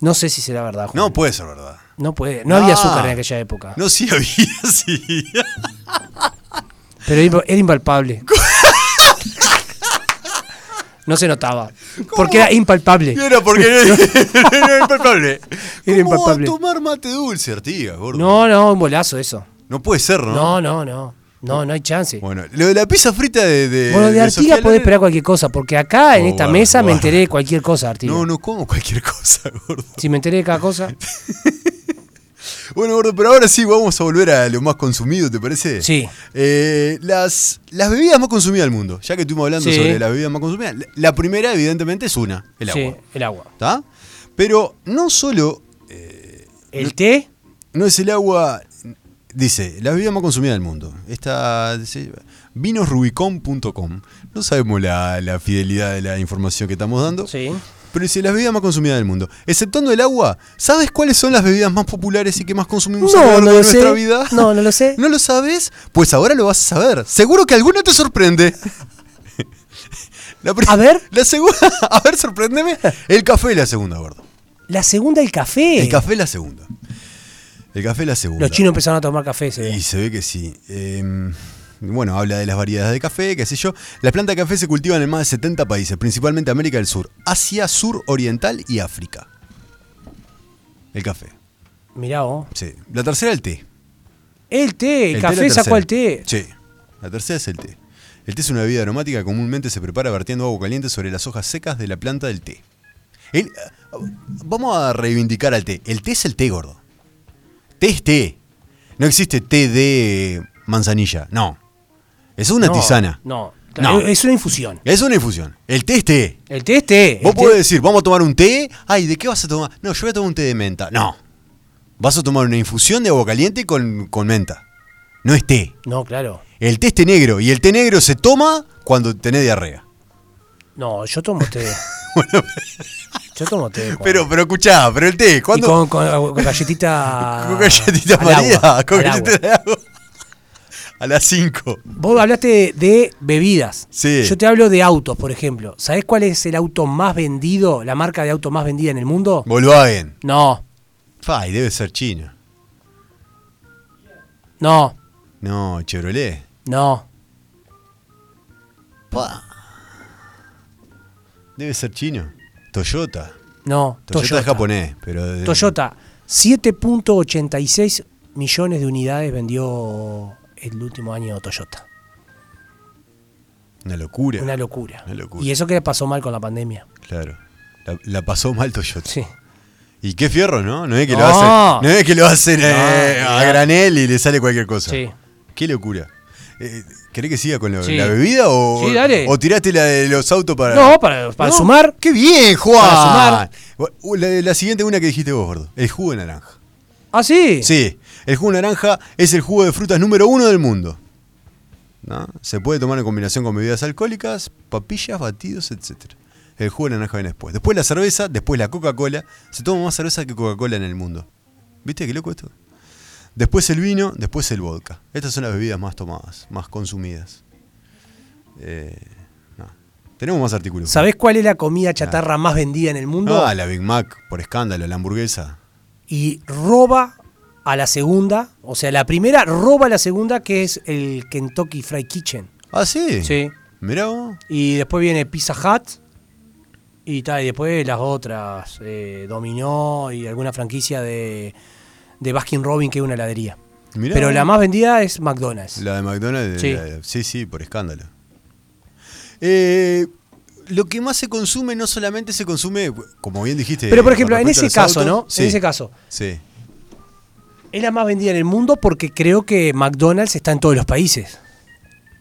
C: No sé si será verdad, Juan.
B: No puede ser verdad.
C: No puede. No,
B: No.
C: había azúcar en aquella época.
B: No, sí había, sí.
C: Pero era- era impalpable. no se notaba. Porque era impalpable.
B: Y era porque era, era impalpable.
C: Era
B: ¿Cómo va a
C: impalpable.
B: tomar mate dulce, Artiga, gordo?
C: No, no, un bolazo eso.
B: No puede ser, ¿no?
C: No, no, no. No, no hay chance.
B: Bueno, eh, lo de la pizza frita de. de
C: Bueno, de
B: Sofía
C: Artiga podés
B: Loren-
C: esperar cualquier cosa, porque acá en
B: Oh,
C: esta
B: bueno,
C: mesa me
B: bueno.
C: enteré de cualquier cosa, Artiga.
B: No, no como cualquier cosa, gordo.
C: Si me enteré de cada cosa.
B: Bueno, gordo, pero ahora sí vamos a volver a lo más consumido, ¿te parece?
C: Sí.
B: Eh, las, las bebidas más consumidas del mundo, ya que estuvimos hablando
C: Sí.
B: sobre las bebidas más consumidas. la- La primera, evidentemente, es una, el
C: sí,
B: agua.
C: el agua.
B: ¿Está? Pero no solo
C: El té,
B: No es el agua. Dice, la bebida más consumida del mundo. Esta. dice, vinosrubicon.com. No sabemos la, la fidelidad de la información que estamos dando.
C: sí.
B: Pero dice, las bebidas más consumidas del mundo. Exceptuando el agua, ¿sabes cuáles son las bebidas más populares y que más consumimos a lo
C: No,
B: largo
C: no
B: de
C: lo
B: nuestra
C: sé.
B: vida?
C: No, no lo sé.
B: ¿No lo sabes? Pues ahora lo vas a saber. Seguro que alguna te sorprende. La pri-
C: A ver.
B: La segunda. A ver, sorpréndeme. El café es la segunda, gordo.
C: La segunda, el café.
B: El café es la segunda. El café es la segunda.
C: Los chinos empezaron a tomar café. se ve.
B: Y se ve que sí. Eh, bueno, habla de las variedades de café, qué sé yo. La planta de café se cultivan en más de 70 países, principalmente América del Sur, Asia Sur Oriental y África. El café,
C: Mirá vos.
B: sí. La tercera, el té.
C: El
B: té
C: té, el,
B: es la
C: café
B: tercera.
C: sacó el té.
B: Sí. La tercera es el té. El té es una bebida aromática que comúnmente se prepara vertiendo agua caliente sobre las hojas secas de la planta del té. El- ah, vamos a reivindicar al té. El té es el té, gordo. Té es té. No existe té de manzanilla. No. Es una
C: No,
B: tisana.
C: No,
B: No.
C: Es una infusión.
B: Es una infusión. El té es té.
C: El té es té.
B: Vos
C: el té-
B: podés decir, vamos a tomar un té. Ay, ¿de qué vas a tomar? No, yo voy a tomar un té de menta. No. Vas a tomar una infusión de agua caliente con, con menta. No es té.
C: No, claro.
B: El té es té negro y el té negro se toma cuando tenés diarrea.
C: No, yo tomo té. yo tomo té. Juan.
B: Pero, pero escuchá, pero el té,
C: Y
B: ¿cuándo?
C: con, con- con galletita.
B: Con galletita
C: al
B: María,
C: agua,
B: con
C: al
B: galletita
C: agua.
B: de agua. A las 5.
C: Vos hablaste de, de bebidas.
B: Sí.
C: Yo te hablo de autos, por ejemplo. ¿Sabés cuál es el auto más vendido, la marca de auto más vendida en el mundo?
B: Volkswagen.
C: No,
B: Ay, debe ser chino.
C: no,
B: No, Chevrolet.
C: no.
B: Pa. Debe ser chino. Toyota.
C: No,
B: Toyota, es japonés, pero. de-
C: Toyota, 7.86 millones de unidades vendió el último año Toyota.
B: Una locura.
C: Una locura.
B: Una locura.
C: Y eso que le pasó mal con la pandemia.
B: Claro. La, la pasó mal Toyota.
C: Sí.
B: Y qué fierro, ¿no? No es que lo
C: No.
B: hacen, no es que lo hacen eh,
C: No,
B: a
C: mirá.
B: granel y le sale cualquier cosa.
C: Sí.
B: Qué locura. Eh, ¿Querés que siga con lo-
C: Sí.
B: la bebida o,
C: Sí, dale.
B: o tiraste la de los autos para.
C: No, para, para
B: No,
C: sumar.
B: ¡Qué bien, Juan!
C: Para sumar.
B: Bu- La, la siguiente, una que dijiste vos, gordo. El jugo de naranja.
C: ¿Ah, sí?
B: Sí, el jugo de naranja es el jugo de frutas número uno del mundo. ¿No? Se puede tomar en combinación con bebidas alcohólicas, papillas, batidos, etc. El jugo de naranja viene después. Después la cerveza, después la Coca-Cola. Se toma más cerveza que Coca-Cola en el mundo. ¿Viste qué loco esto? Después el vino, después el vodka. Estas son las bebidas más tomadas, más consumidas. Eh, no. Tenemos más artículos.
C: ¿Sabés cuál es la comida chatarra más vendida en el mundo?
B: Ah, la Big Mac, por escándalo, la hamburguesa.
C: y roba a la segunda, o sea, la primera roba a la segunda, que es el Kentucky Fried Kitchen.
B: Ah, sí.
C: Sí.
B: Mirá vos.
C: Y después viene Pizza Hut. Y, tal, y después las otras, eh, Dominó y alguna franquicia de, de Baskin Robin, que es una heladería.
B: Mirá
C: Pero
B: vos.
C: la más vendida es McDonald's.
B: La de McDonald's.
C: Sí.
B: la de- sí, sí, por escándalo. Eh, lo que más se consume, no solamente se consume, como bien dijiste.
C: Pero, por
B: con
C: ejemplo, en
B: respecto
C: ese
B: a los
C: caso,
B: autos,
C: ¿no?
B: Sí,
C: En ese caso,
B: Sí.
C: es la más vendida en el mundo porque creo que McDonald's está en todos los países.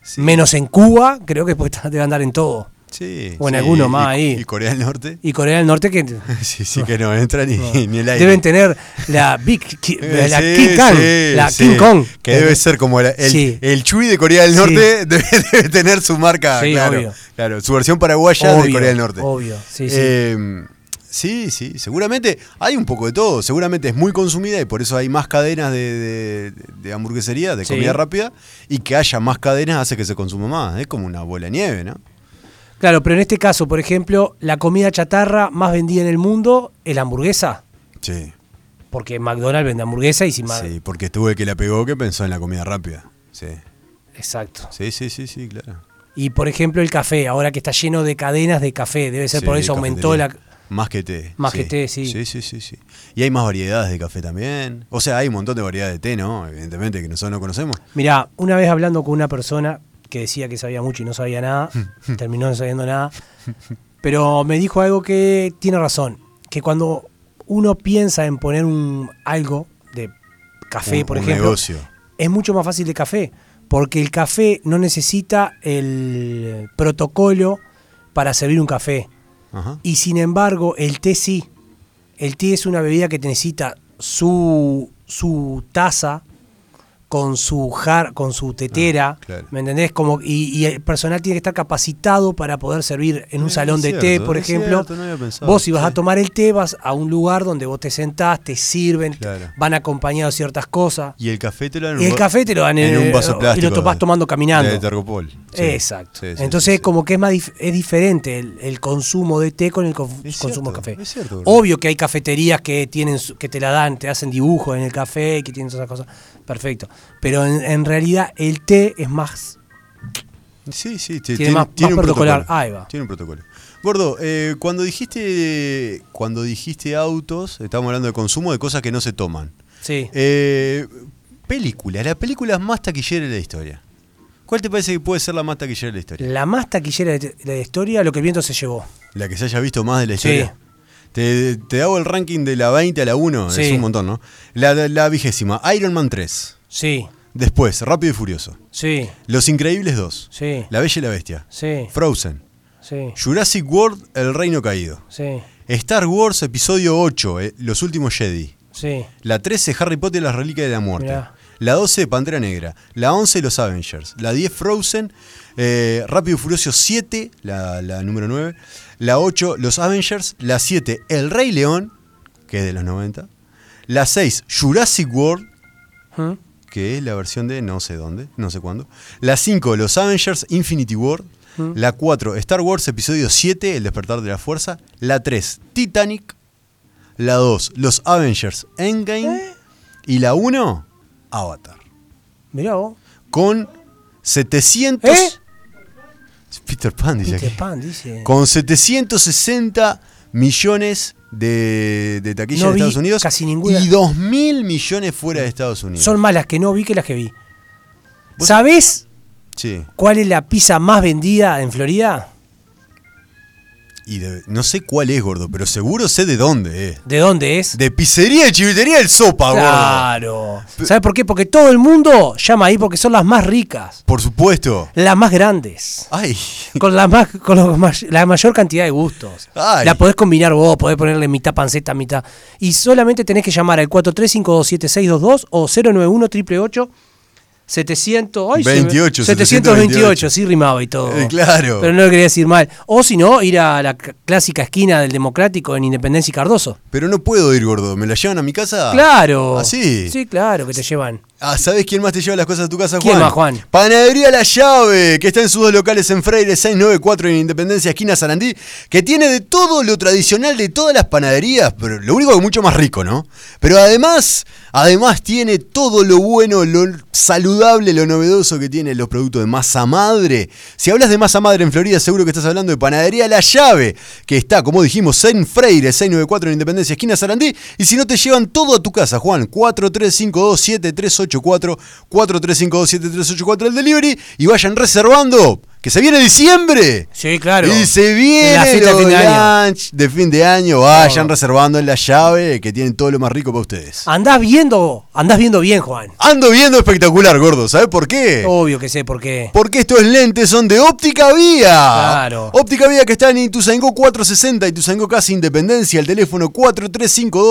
B: sí,
C: Menos en Cuba, creo que puede estar- debe andar en todo.
B: sí,
C: o en
B: sí,
C: alguno más
B: y-
C: ahí.
B: Y Corea del Norte.
C: Y Corea del Norte que
B: Sí, sí, que no entra ni, ni el aire.
C: Deben tener la Big Ki-
B: Eh,
C: la
B: sí,
C: King Kong,
B: sí,
C: la
B: sí,
C: King Kong.
B: Que debe ser como la- el,
C: Sí.
B: el Chui de Corea del
C: Sí.
B: Norte debe, debe tener su marca,
C: Sí,
B: claro,
C: obvio.
B: claro, su versión paraguaya de
C: Obvio,
B: Corea del Norte.
C: obvio, sí, sí.
B: Eh, sí, sí, seguramente hay un poco de todo, seguramente es muy consumida y por eso hay más cadenas de, de- de hamburguesería, de
C: Sí.
B: comida rápida, y que haya más cadenas hace que se consuma más, es como una bola de nieve, ¿no?
C: Claro, pero en este caso, por ejemplo, la comida chatarra más vendida en el mundo es la hamburguesa,
B: Sí,
C: porque McDonald's vende hamburguesa y si ma-
B: sí, porque estuvo el que la pegó que pensó en la comida rápida. Sí,
C: exacto.
B: sí, sí, sí, sí claro.
C: Y por ejemplo, el café, ahora que está lleno de cadenas de café, debe ser
B: Sí,
C: por eso aumentó la
B: cafetería. Más que té.
C: Más que té, sí.
B: Sí, sí, sí, sí. Y hay más variedades de café también. O sea, hay un montón de variedades de té, ¿no? Evidentemente, que nosotros no conocemos.
C: Mirá, una vez hablando con una persona que decía que sabía mucho y no sabía nada, terminó no sabiendo nada, pero me dijo algo que tiene razón, que cuando uno piensa en poner un algo de café,
B: Un-
C: por
B: un
C: ejemplo,
B: negocio.
C: es mucho más fácil de café, porque el café no necesita el protocolo para servir un café.
B: Ajá.
C: Y sin embargo, el té sí. El té es una bebida que necesita su, su taza con su jar, con su tetera,
B: Ah, claro.
C: ¿me entendés? Como, y, y el personal tiene que estar capacitado para poder servir en un
B: Es
C: salón de té,
B: cierto,
C: por
B: es
C: ejemplo.
B: cierto, no había pensado,
C: vos si vas
B: sí.
C: a tomar el té, vas a un lugar donde vos te sentás, te sirven, te-
B: Claro.
C: van acompañados de ciertas cosas.
B: Y el café te lo dan
C: Y
B: en
C: el
B: un-
C: café te lo dan en,
B: en un vaso
C: y
B: plástico.
C: lo tomás
B: de-
C: tomando caminando.
B: De Tergopol. Sí.
C: Exacto.
B: Sí, sí,
C: Entonces,
B: sí, sí.
C: como que es más dif- es diferente el, el consumo de té con el conf-
B: Es
C: consumo
B: cierto,
C: de café.
B: es cierto, bro.
C: Obvio que hay cafeterías que tienen su- que te la dan, te hacen dibujos en el café, que tienen todas esas cosas. Perfecto. Pero en, en realidad el té es más.
B: Sí, sí,
C: Tiene más- más protocolar. Ahí va.
B: Tiene un protocolo. Gordo, eh, cuando dijiste cuando dijiste autos, estamos hablando de consumo de cosas que no se toman.
C: Sí.
B: Eh, película, la película más taquillera de la historia. ¿Cuál te parece que puede ser la más taquillera de la historia?
C: La más taquillera de, de la historia, lo que el viento se llevó.
B: La que se haya visto más de la
C: Sí.
B: historia. Te, te hago el ranking de la 20 a la 1,
C: Sí.
B: es un montón, ¿no? La, la vigésima, Iron Man 3.
C: Sí,
B: Después, Rápido y Furioso.
C: sí,
B: Los Increíbles 2.
C: sí,
B: La Bella y la Bestia.
C: sí,
B: Frozen.
C: sí,
B: Jurassic World, El Reino Caído.
C: sí,
B: Star Wars, Episodio 8, eh, Los Últimos Jedi.
C: sí.
B: La 13, Harry Potter y las Reliquias de la Muerte.
C: Mirá.
B: La 12, Pantera Negra. La 11, Los Avengers. La 10, Frozen. Eh, Rápido y Furioso 7, la, la número 9. La 8, Los Avengers. La 7, El Rey León, que es de los 90. La 6, Jurassic World,
C: ¿Mm?
B: que es la versión de no sé dónde, no sé cuándo. La 5, Los Avengers Infinity War.
C: ¿Mm?
B: La 4, Star Wars Episodio 7, El despertar de la fuerza. La 3, Titanic. La 2, Los Avengers Endgame.
C: ¿Eh?
B: Y la 1, Avatar.
C: Mirá vos.
B: Con 700...
C: ¿Eh?
B: Peter Pan dice
C: Peter
B: aquí.
C: Pan dice.
B: Con 760 millones de, de taquillas
C: No
B: en
C: vi
B: Estados Unidos.
C: casi ninguna.
B: Y 2 mil millones fuera de Estados Unidos.
C: Son más las que no vi que las que vi. ¿Sabés
B: Sí.
C: cuál es la pizza más vendida en Florida?
B: Y de- no sé cuál es, gordo, pero seguro sé de dónde es.
C: ¿De dónde es?
B: De pizzería y chivitería el sopa, gordo.
C: Claro. ¿Sabes por qué? Porque todo el mundo llama ahí porque son las más ricas,
B: Por supuesto.
C: las más grandes.
B: Ay,
C: Con, la, más, con los may- la mayor cantidad de gustos.
B: Ay.
C: La podés combinar vos, podés ponerle mitad panceta, mitad. Y solamente tenés que llamar al 43527622 o 091 888 700, ay, se me-
B: 28,
C: 728, sí rimaba y todo.
B: Eh, claro.
C: Pero no lo quería decir mal. O si no, ir a la c- clásica esquina del Democrático en Independencia y Cardoso.
B: pero no puedo ir, gordo. ¿Me la llevan a mi casa? Ah,
C: Claro.
B: Así.
C: Sí, claro, que te llevan.
B: Ah, ¿sabes quién más te lleva las cosas a tu casa, Juan?
C: ¿Quién más, Juan?
B: Panadería La Llave, que está en sus dos locales en Freire 694 en Independencia, esquina Sarandí, que tiene de todo lo tradicional de todas las panaderías, pero lo único que mucho más rico, ¿no? Pero además, además tiene todo lo bueno, lo saludable, lo novedoso que tiene los productos de masa madre. Eh, Si hablas de masa madre en Florida, seguro que estás hablando de Panadería La Llave, que está, como dijimos, en Freire 694 en Independencia, esquina Sarandí, y si no te llevan todo a tu casa, Juan, 43527384, 43527384 el delivery y vayan reservando, que se viene diciembre.
C: Sí, claro.
B: Y se
C: En la
B: viene
C: fiesta de
B: los
C: fin de año.
B: lunch de fin de año, vayan
C: No.
B: reservando en la llave que tienen todo lo más rico para ustedes.
C: Andás viendo, andás viendo bien, Juan.
B: Ando viendo espectacular, gordo, ¿sabes por qué?
C: Obvio que sé por qué.
B: Porque estos lentes son de Óptica Vía.
C: Claro.
B: Óptica Vía que está en Ituzaingó 460, Ituzaingó Casi Independencia, el teléfono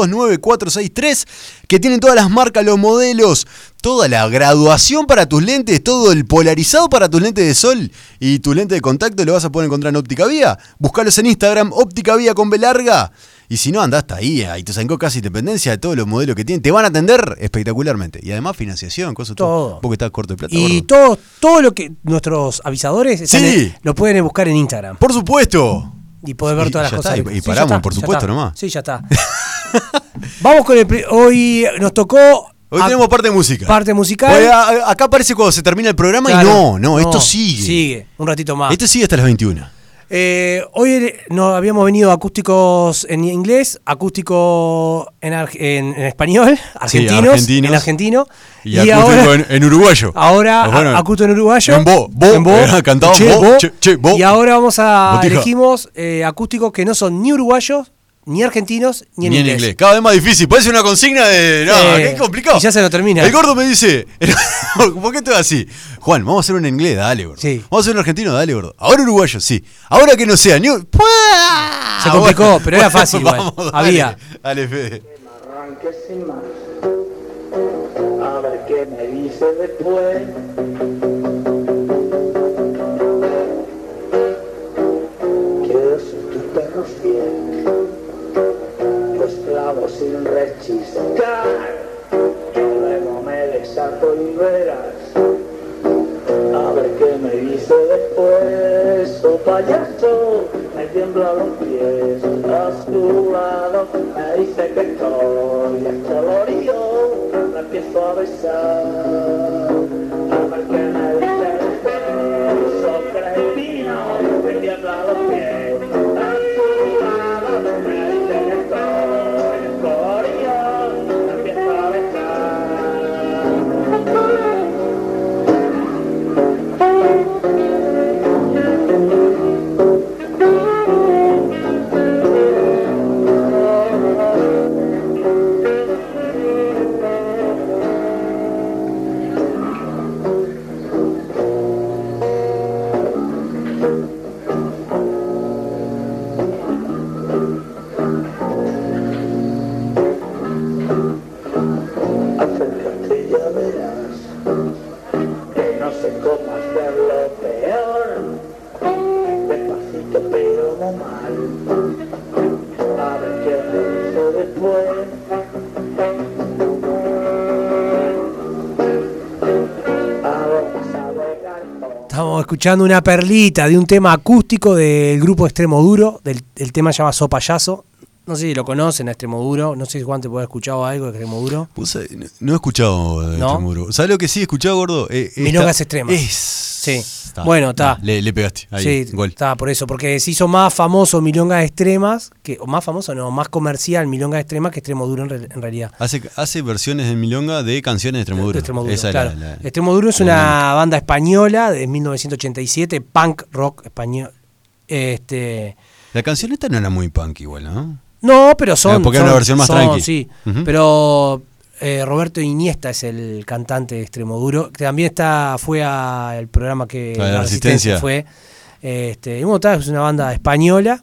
B: 43529463, que tienen todas las marcas, los modelos, toda la graduación para tus lentes, todo el polarizado para tus lentes de sol y tu lente de contacto lo vas a poder encontrar en Óptica Vía. Buscalos en Instagram, Óptica Vía con B larga. Y si no, andás hasta ahí, a Ituzaingó Casi Independencia, todos los modelos que tienen. Te van a atender espectacularmente. Y además financiación, cosas
C: Todo.
B: Porque estás corto de plata.
C: Y
B: gordo.
C: todo, todo lo que nuestros avisadores están
B: Sí.
C: en- lo pueden buscar en Instagram
B: Por supuesto.
C: y poder ver
B: Y
C: todas
B: ya
C: las
B: está,
C: cosas.
B: y-
C: que-
B: y paramos,
C: ya está,
B: por
C: ya
B: supuesto,
C: está.
B: nomás.
C: Sí, ya está. Vamos con el. pri- Hoy nos tocó.
B: Hoy
C: a-
B: tenemos parte de música.
C: Ah, parte musical.
B: Oye, a- a- acá parece cuando se termina el programa
C: Claro.
B: y no, no, esto sigue.
C: Sigue, Ah. un ratito más.
B: Esto sigue hasta las 21.
C: Eh, hoy el- nos habíamos venido acústicos en inglés, acústico en, ar- en- en español, argentinos,
B: argentinos.
C: en argentino.
B: Y, acústico en, en uruguayo.
C: Ahora
B: Ah, bueno,
C: a- acuto en uruguayo.
B: En bo, bo, eh, cantado bo, che, che, bo.
C: Y ahora vamos a
B: Botija.
C: elegimos eh, acústicos que no son ni uruguayos, ni argentinos, ni en,
B: Ni en
C: inglés.
B: inglés. Cada vez más difícil. Parece una consigna de. No,
C: Sí.
B: qué complicado.
C: Y ya se lo termina.
B: El gordo me dice. ¿Por qué todo así? Juan, vamos a hacer un en inglés, dale, gordo.
C: Sí.
B: Vamos a hacer un argentino, dale, gordo. Ahora uruguayo, sí. Ahora que no sea ni. un-
C: Se complicó, pero era fácil igual.
B: vamos, dale.
C: Había.
B: Dale, Fede.
E: Arranque sin más. A ver qué me dice después. Quiero ser tu perro fiel. Los clavos sin rechistar. Luego me desato y verás. A ver qué me dice después, oh payaso, me tiembla los pies, a su lado me dice que estoy descolorido, la empiezo a besar. A ver qué me dice después, oh crespino, me tiembla los pies, a su lado me dice que estoy descolorido, la empiezo a besar. Acércate ya verás que no sé cómo hacerlo peor. Despacito pero no mal. A ver qué me hizo después. Vamos a ver
C: Estamos escuchando una perlita de un tema acústico del grupo Extremo Duro. Del, el tema se llama So Payaso. No sé si lo conocen a Extremo Duro. No sé si Juan te puede haber escuchado algo de Extremo Duro.
B: Puse- no- no he escuchado de
C: ¿No?
B: Extremo Duro. ¿Sabes lo que sí he escuchado, gordo? Eh, esta-
C: Milongas extremas.
B: Es-
C: Sí. Bueno, está.
B: Le, le pegaste. Ahí,
C: sí,
B: gol.
C: está por eso, porque se hizo más famoso Milongas Extremas, que, o más famoso, no, más comercial Milongas Extremas que Extremo Duro en, re- en realidad.
B: Hace, hace versiones de Milonga de canciones de Extremo Duro.
C: De Extremo Duro,
B: Esa
C: claro.
B: era la- la-
C: Extremo Duro es
B: la dinámica.
C: una banda española de 1987, punk rock español. Este,
B: La canción esta no era muy punk igual, ¿no?
C: No, pero son.
B: Ah, porque
C: son-
B: era una versión más
C: son,
B: tranqui.
C: Sí,
B: Ujú.
C: pero eh, Roberto Iniesta es el cantante de Extremoduro, que también está, fue al programa que.
B: A La Resistencia.
C: fue. Este, y bueno, tal, es una banda española,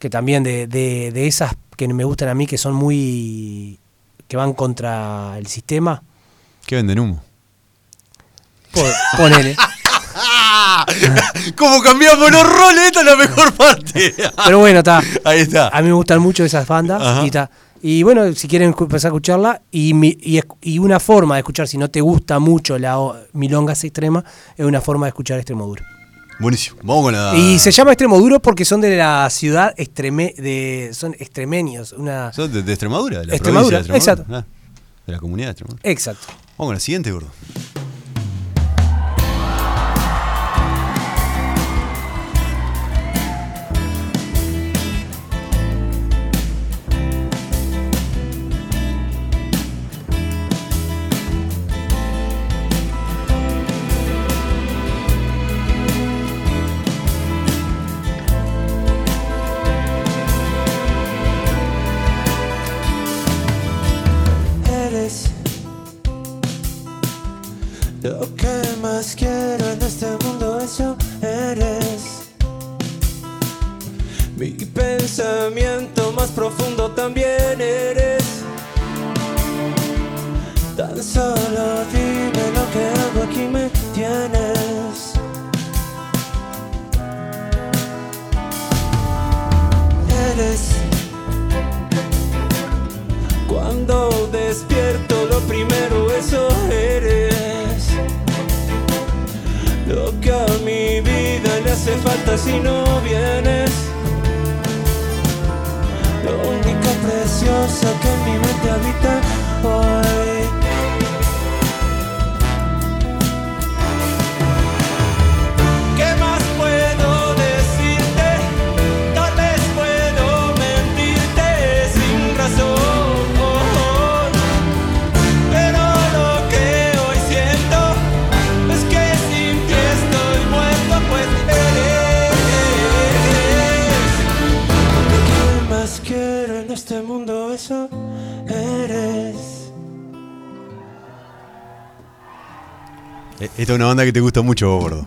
C: que también de, de- de esas que me gustan a mí, que son muy. que van contra el sistema.
B: ¿Qué venden humo?
C: Po- Ponele.
B: ¿Cómo cambiamos los roles? Esta es la mejor parte.
C: Pero bueno, está.
B: Ahí está.
C: A mí me gustan mucho esas bandas.
B: Ajá.
C: Y, ta. Y bueno, si quieren escu- empezar a escucharla, y, mi- y, escu- y una forma de escuchar, si no te gusta mucho la o- milongas extrema, es una forma de escuchar extremo duro.
B: Buenísimo. Vamos con la.
C: Y se llama extremo duro porque son de la ciudad extreme, de, son extremeños. Una,
B: ¿Sos de, de Extremadura? de la
C: Extremadura,
B: provincia de Extremadura.
C: exacto.
B: Ah, de la comunidad de Extremadura.
C: exacto.
B: Vamos con la siguiente, gordo.
E: Eres lo que más quiero en este mundo, eso eres. Mi pensamiento más profundo también eres. Tan solo dime lo que hago aquí me tienes. Eres. Cuando despierto lo primero eso eres Lo que a mi vida le hace falta si no vienes Lo único precioso que en mi mente habita hoy ¿Qué más puedo decirte? Tal vez puedo mentirte sin razón. Pero lo que hoy siento es que sin ti estoy muerto, pues eres. Lo que más quiero en este mundo, eso eres.
B: Eh, Esta es una banda que te gusta mucho, vos, gordo.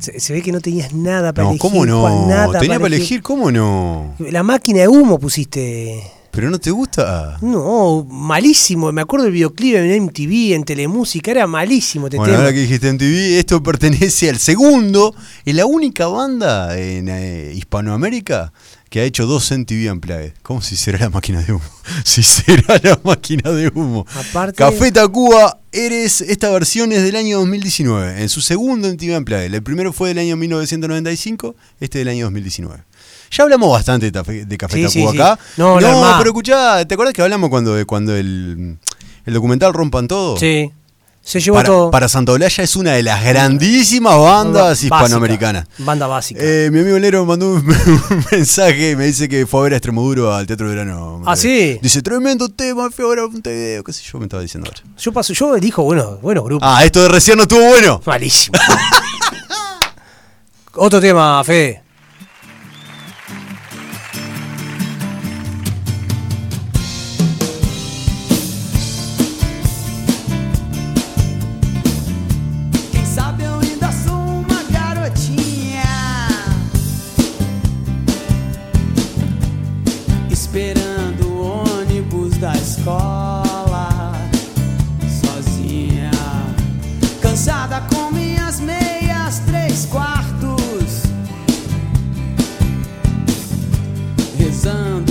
C: Se, se ve que no tenías nada para
B: No,
C: elegir.
B: ¿cómo no?
C: Juan, nada
B: Tenía para elegir, ¿cómo no?
C: La máquina de humo pusiste.
B: Pero no te gusta.
C: No, malísimo. Me acuerdo del videoclip en MTV, en Telemusica, era malísimo este
B: Bueno,
C: tema.
B: ahora que dijiste en TV, esto pertenece al segundo, es la única banda en eh, Hispanoamérica que ha hecho dos en TV Unplugged. ¿Cómo si será la máquina de humo? Si será la máquina de humo.
C: Aparte-
B: Café Tacuba, eres, esta versión es del año 2019, en su segundo en TV Unplugged. El primero fue del año 1995, este del año 2019. Ya hablamos bastante de, Tafe- de Café
C: Sí, sí,
B: Tacuba
C: sí.
B: acá.
C: No, la armá.
B: pero escuchá, ¿te acuerdas que hablamos cuando, cuando el, el documental Rompan Todo?
C: Sí. Se llevó
B: para,
C: todo.
B: para Santa Olalla es una de las grandísimas bandas
C: Básica,
B: hispanoamericanas.
C: Banda básica.
B: Eh, mi amigo Lero me mandó un, un mensaje, me dice que fue a ver a Extremoduro al Teatro Verano.
C: ¿Ah, sí?
B: Dice, tremendo tema, fui a ver a Montevideo, qué sé yo, me estaba diciendo ahora.
C: yo paso, yo elijo buenos, buenos grupos.
B: Ah, esto de recién no estuvo bueno.
C: Malísimo. Otro tema, Fede.
D: Quem sabe eu ainda sou uma garotinha
E: Esperando o ônibus da escola, sozinha.
D: Cansada com minhas meias três quartos um um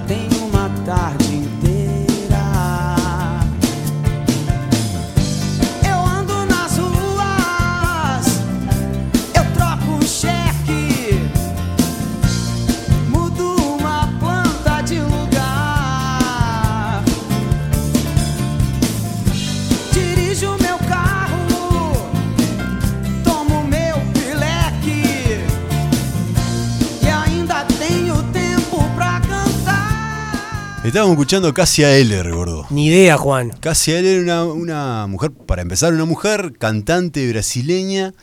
D: é um
B: Estábamos escuchando casi a Eller, gordo.
C: Ni idea, Juan.
B: Cassia Eller era una, una mujer, para empezar, una mujer cantante brasileña,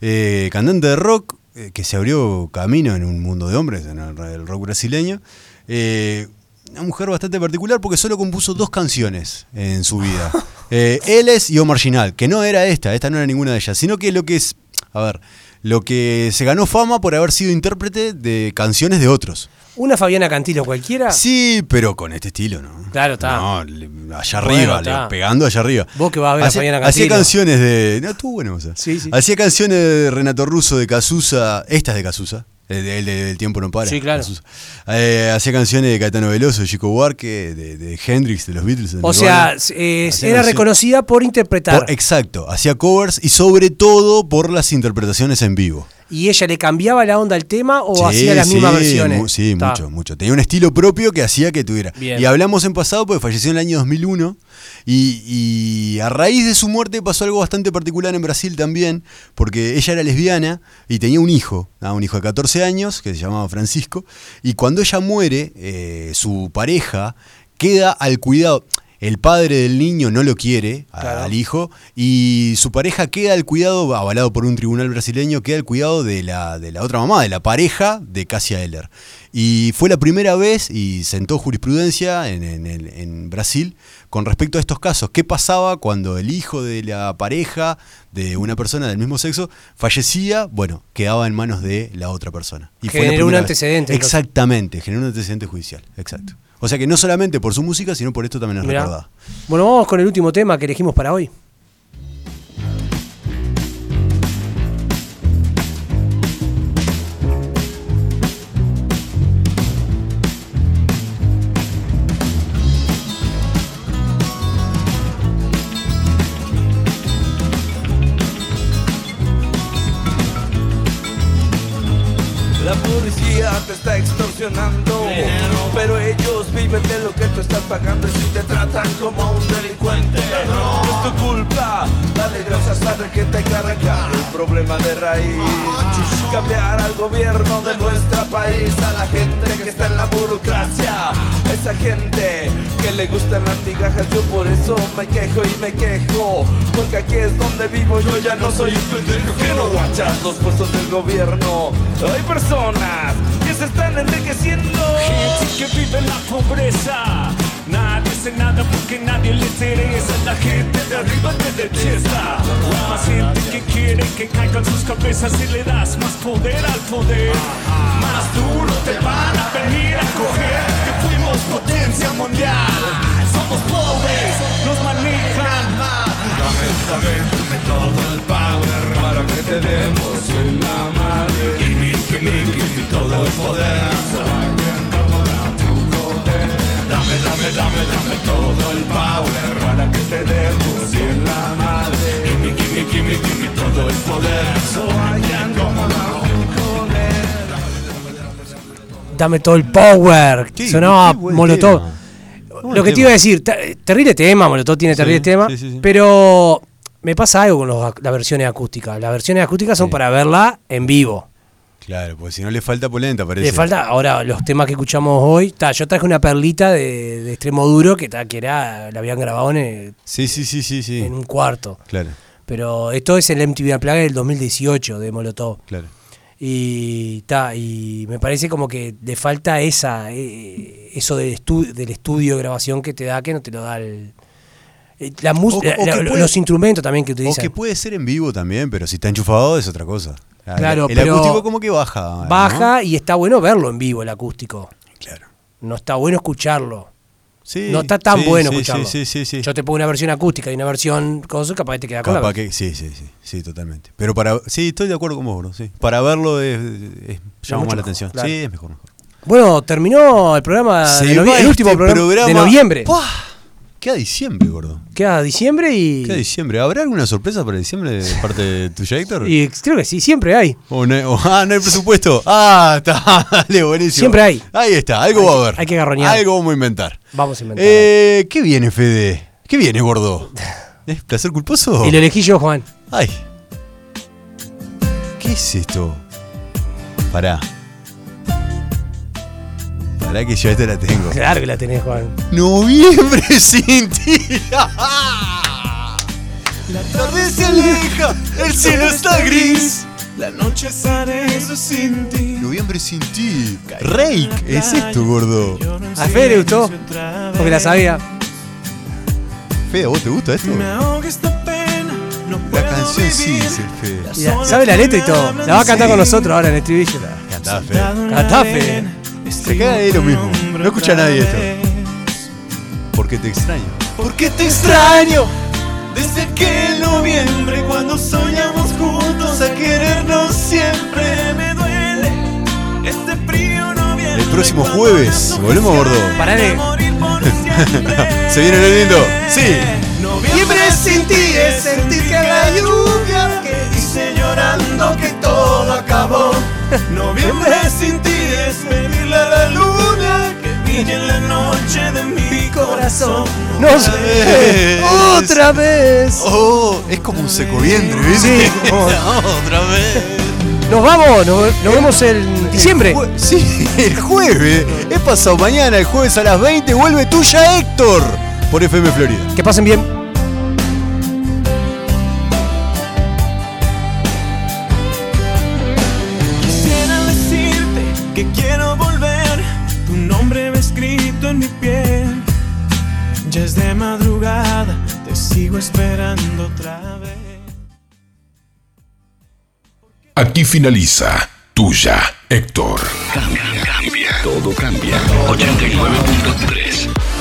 B: eh, cantante de rock, eh, que se abrió camino en un mundo de hombres, en el, el rock brasileño. Eh, una mujer bastante particular porque solo compuso dos canciones en su vida. Eh, Eles y O Marginal, que no era esta, esta no era ninguna de ellas, sino que lo que es, a ver, lo que se ganó fama por haber sido intérprete de canciones de otros.
C: ¿Una Fabiana Cantilo cualquiera?
B: Sí, pero con este estilo, ¿no?
C: Ah. Claro, está.
B: No, le- allá
C: Bueno,
B: arriba,
C: está.
B: le- pegando allá arriba.
C: Vos que vas a ver a
B: hacía,
C: Fabiana
B: hacía
C: Cantilo.
B: canciones de. No, estuvo bueno, o sea.
C: Sí, sí.
B: Hacía canciones de Renato Russo, de Casusa, estas de Casusa. El, de- el de- el tiempo no para.
C: Sí, claro.
B: Cazuza. Eh, hacía canciones de Caetano Veloso, de Chico Buarque, de, de Hendrix, de los Beatles. de
C: O
B: Nirvana.
C: sea, eh,
B: Hacía
C: era
B: canciones-
C: reconocida por
B: por-
C: interpretar.
B: exacto, hacía covers y sobre todo por las interpretaciones en vivo.
C: ¿Y ella le cambiaba la onda al tema o
B: Sí,
C: hacía las
B: sí,
C: mismas versiones?
B: mu- sí,
C: Está.
B: mucho, mucho. Tenía un estilo propio que hacía que tuviera.
C: Bien.
B: Y hablamos en pasado porque falleció en el año 2001 y, y a raíz de su muerte pasó algo bastante particular en Brasil también, porque ella era lesbiana y tenía un hijo, ah, un hijo de 14 años que se llamaba Francisco, y cuando ella muere, eh, su pareja queda al cuidado. El padre del niño no lo quiere a-
C: Claro.
B: al hijo y su pareja queda al cuidado, avalado por un tribunal brasileño, queda al cuidado de la, de la otra mamá, de la pareja de Cassia Eller. Y fue la primera vez y sentó jurisprudencia en, en el- en Brasil con respecto a estos casos. ¿Qué pasaba cuando el hijo de la pareja de una persona del mismo sexo fallecía? Bueno, quedaba en manos de la otra persona. Y la
C: Generó un
B: primera
C: antecedente, entonces.
B: Exactamente, generó un antecedente judicial. Exacto. O sea que no solamente por su música, sino por esto también es
C: Mirá.
B: recordada.
C: Bueno, vamos con el último tema que elegimos para hoy.
F: La policía te está extorsionando, pero ellos viven de lo que tú estás pagando y si te tratan como un delincuente. No es tu culpa, la desgracia sabe que te carga el problema de raíz. Cambiar al gobierno de nuestro país, a la gente que está en la burocracia, esa gente que le gustan las migajas, yo por eso me quejo y me quejo, porque aquí es donde vivo, yo ya no soy un pendejo que no guachas los puestos del gobierno. Hay personas que se están enriqueciendo.
G: gente que vive en la pobreza. Nadie hace Ah, nada porque nadie le interesa. La gente de arriba te detesta. Hay más gente que quiere que caigan sus cabezas y le das más poder al poder. Más duro te van a venir a coger. Que fuimos potencia mundial. Somos pobres, nos manejan mal.
C: Dame todo el power.
B: Sí,
C: Sonaba
B: qué buen
C: Molotov.
B: tema.
C: Lo que te iba a decir, ter- terrible tema, Molotov tiene terrible tema,
B: sí, sí, sí.
C: pero me pasa algo con los ac- las versiones acústicas. Las versiones acústicas son para verla en vivo.
B: Claro, porque si no le falta polenta, parece.
C: Le falta, ahora, los temas que escuchamos hoy, ta, yo traje una perlita de, de extremo duro que, ta, que era, la habían grabado en, el-
B: Sí, sí, sí, sí, sí.
C: en un cuarto.
B: Claro,
C: Pero esto es el MTV Unplugged del 2018 de Molotov.
B: claro.
C: Y, ta, y me parece como que le falta esa eh, eso del, estu- del estudio de grabación que te da, que no te lo da el... eh, La mus-
B: O- o
C: la-
B: que
C: la-
B: puede-
C: los instrumentos también que
B: O
C: utilizan.
B: que puede ser en vivo también, pero si está enchufado es otra cosa. Ah,
C: Claro,
B: el, el
C: pero-
B: acústico como que baja.
C: Baja y está bueno verlo en vivo el acústico.
B: ¿no? Claro.
C: No está bueno escucharlo.
B: Sí,
C: no está tan
B: sí,
C: bueno
B: sí,
C: escucharlo.
B: Sí, sí, sí. sí.
C: Yo te pongo una versión acústica y una versión cosa, capaz que te queda con la
B: Capaz que, sí, sí, sí, sí, totalmente. Pero para, sí, estoy de acuerdo con vos, bro, sí. Para verlo es, es- llama más
C: mucho mejor,
B: la atención.
C: claro.
B: Sí, es mejor, mejor.
C: Bueno, terminó el programa,
B: Se
C: de novie-
B: va
C: el último
B: este
C: programa, de noviembre.
B: ¡Puah! Queda diciembre, gordo.
C: Queda diciembre y,
B: Queda diciembre. ¿Habrá alguna sorpresa para diciembre de parte de tuya, Héctor?
C: y creo que sí, siempre hay.
B: O no hay, o- ah, no hay presupuesto. Ah, está. Dale, buenísimo.
C: Siempre hay.
B: Ahí está, algo va a haber.
C: hay que garroñar.
B: Algo vamos a inventar.
C: Vamos a inventar.
B: Eh, ¿Qué viene, Fede? ¿Qué viene, gordo? ¿Es placer culposo?
C: Y lo elegí yo, Juan.
B: Ay. ¿Qué es esto? Pará. Pará. Será que yo esta la tengo.
C: Claro que la tenés, Juan.
B: Noviembre sin ti. La tarde se aleja, el cielo está gris.
F: La noche es arena sin ti.
B: Noviembre sin ti. Rake, es esto, gordo.
C: A Fede le gustó, porque la sabía.
B: Fede, ¿a vos te gusta esto?
F: Me ahoga esta pena. No
B: La
F: puedo
B: canción sí,
F: vivir.
B: dice el Fede.
C: Y la- sabe la letra y todo. La va a cantar con nosotros ahora en el estribillo.
B: Cantá, Fede.
C: Cantá, Fede.
B: Se caga de lo mismo. No escucha a nadie esto. Porque te extraño.
F: Porque te extraño desde aquel noviembre cuando soñamos juntos a querernos siempre. Me duele este frío noviembre.
B: El próximo jueves, volvemos, gordo.
C: Parale.
F: Morir por siempre.
B: Se viene el lindo. Sí.
F: Noviembre sin ti es sentir que la lluvia que hice llorando que todo acabó. Noviembre sin ti es pedirle a la luna que brille en la noche de mi corazón.
C: No sé. Otra vez.
B: Oh, es como un secoviendre, ¿viste?
C: Sí, como-
B: Otra vez.
C: Nos vamos, nos, nos vemos en diciembre.
B: Jue- Sí, el jueves. He pasado mañana, el jueves a las 20. Vuelve tuya, Héctor. Por FM Florida.
C: Que pasen bien.
F: Quisiera decirte que quiero volver. Tu nombre va escrito en mi piel. Ya es de madrugada, te sigo esperando otra vez.
H: Aquí finaliza Tuya, Héctor.
I: Cambia, cambia. Todo cambia. 89.3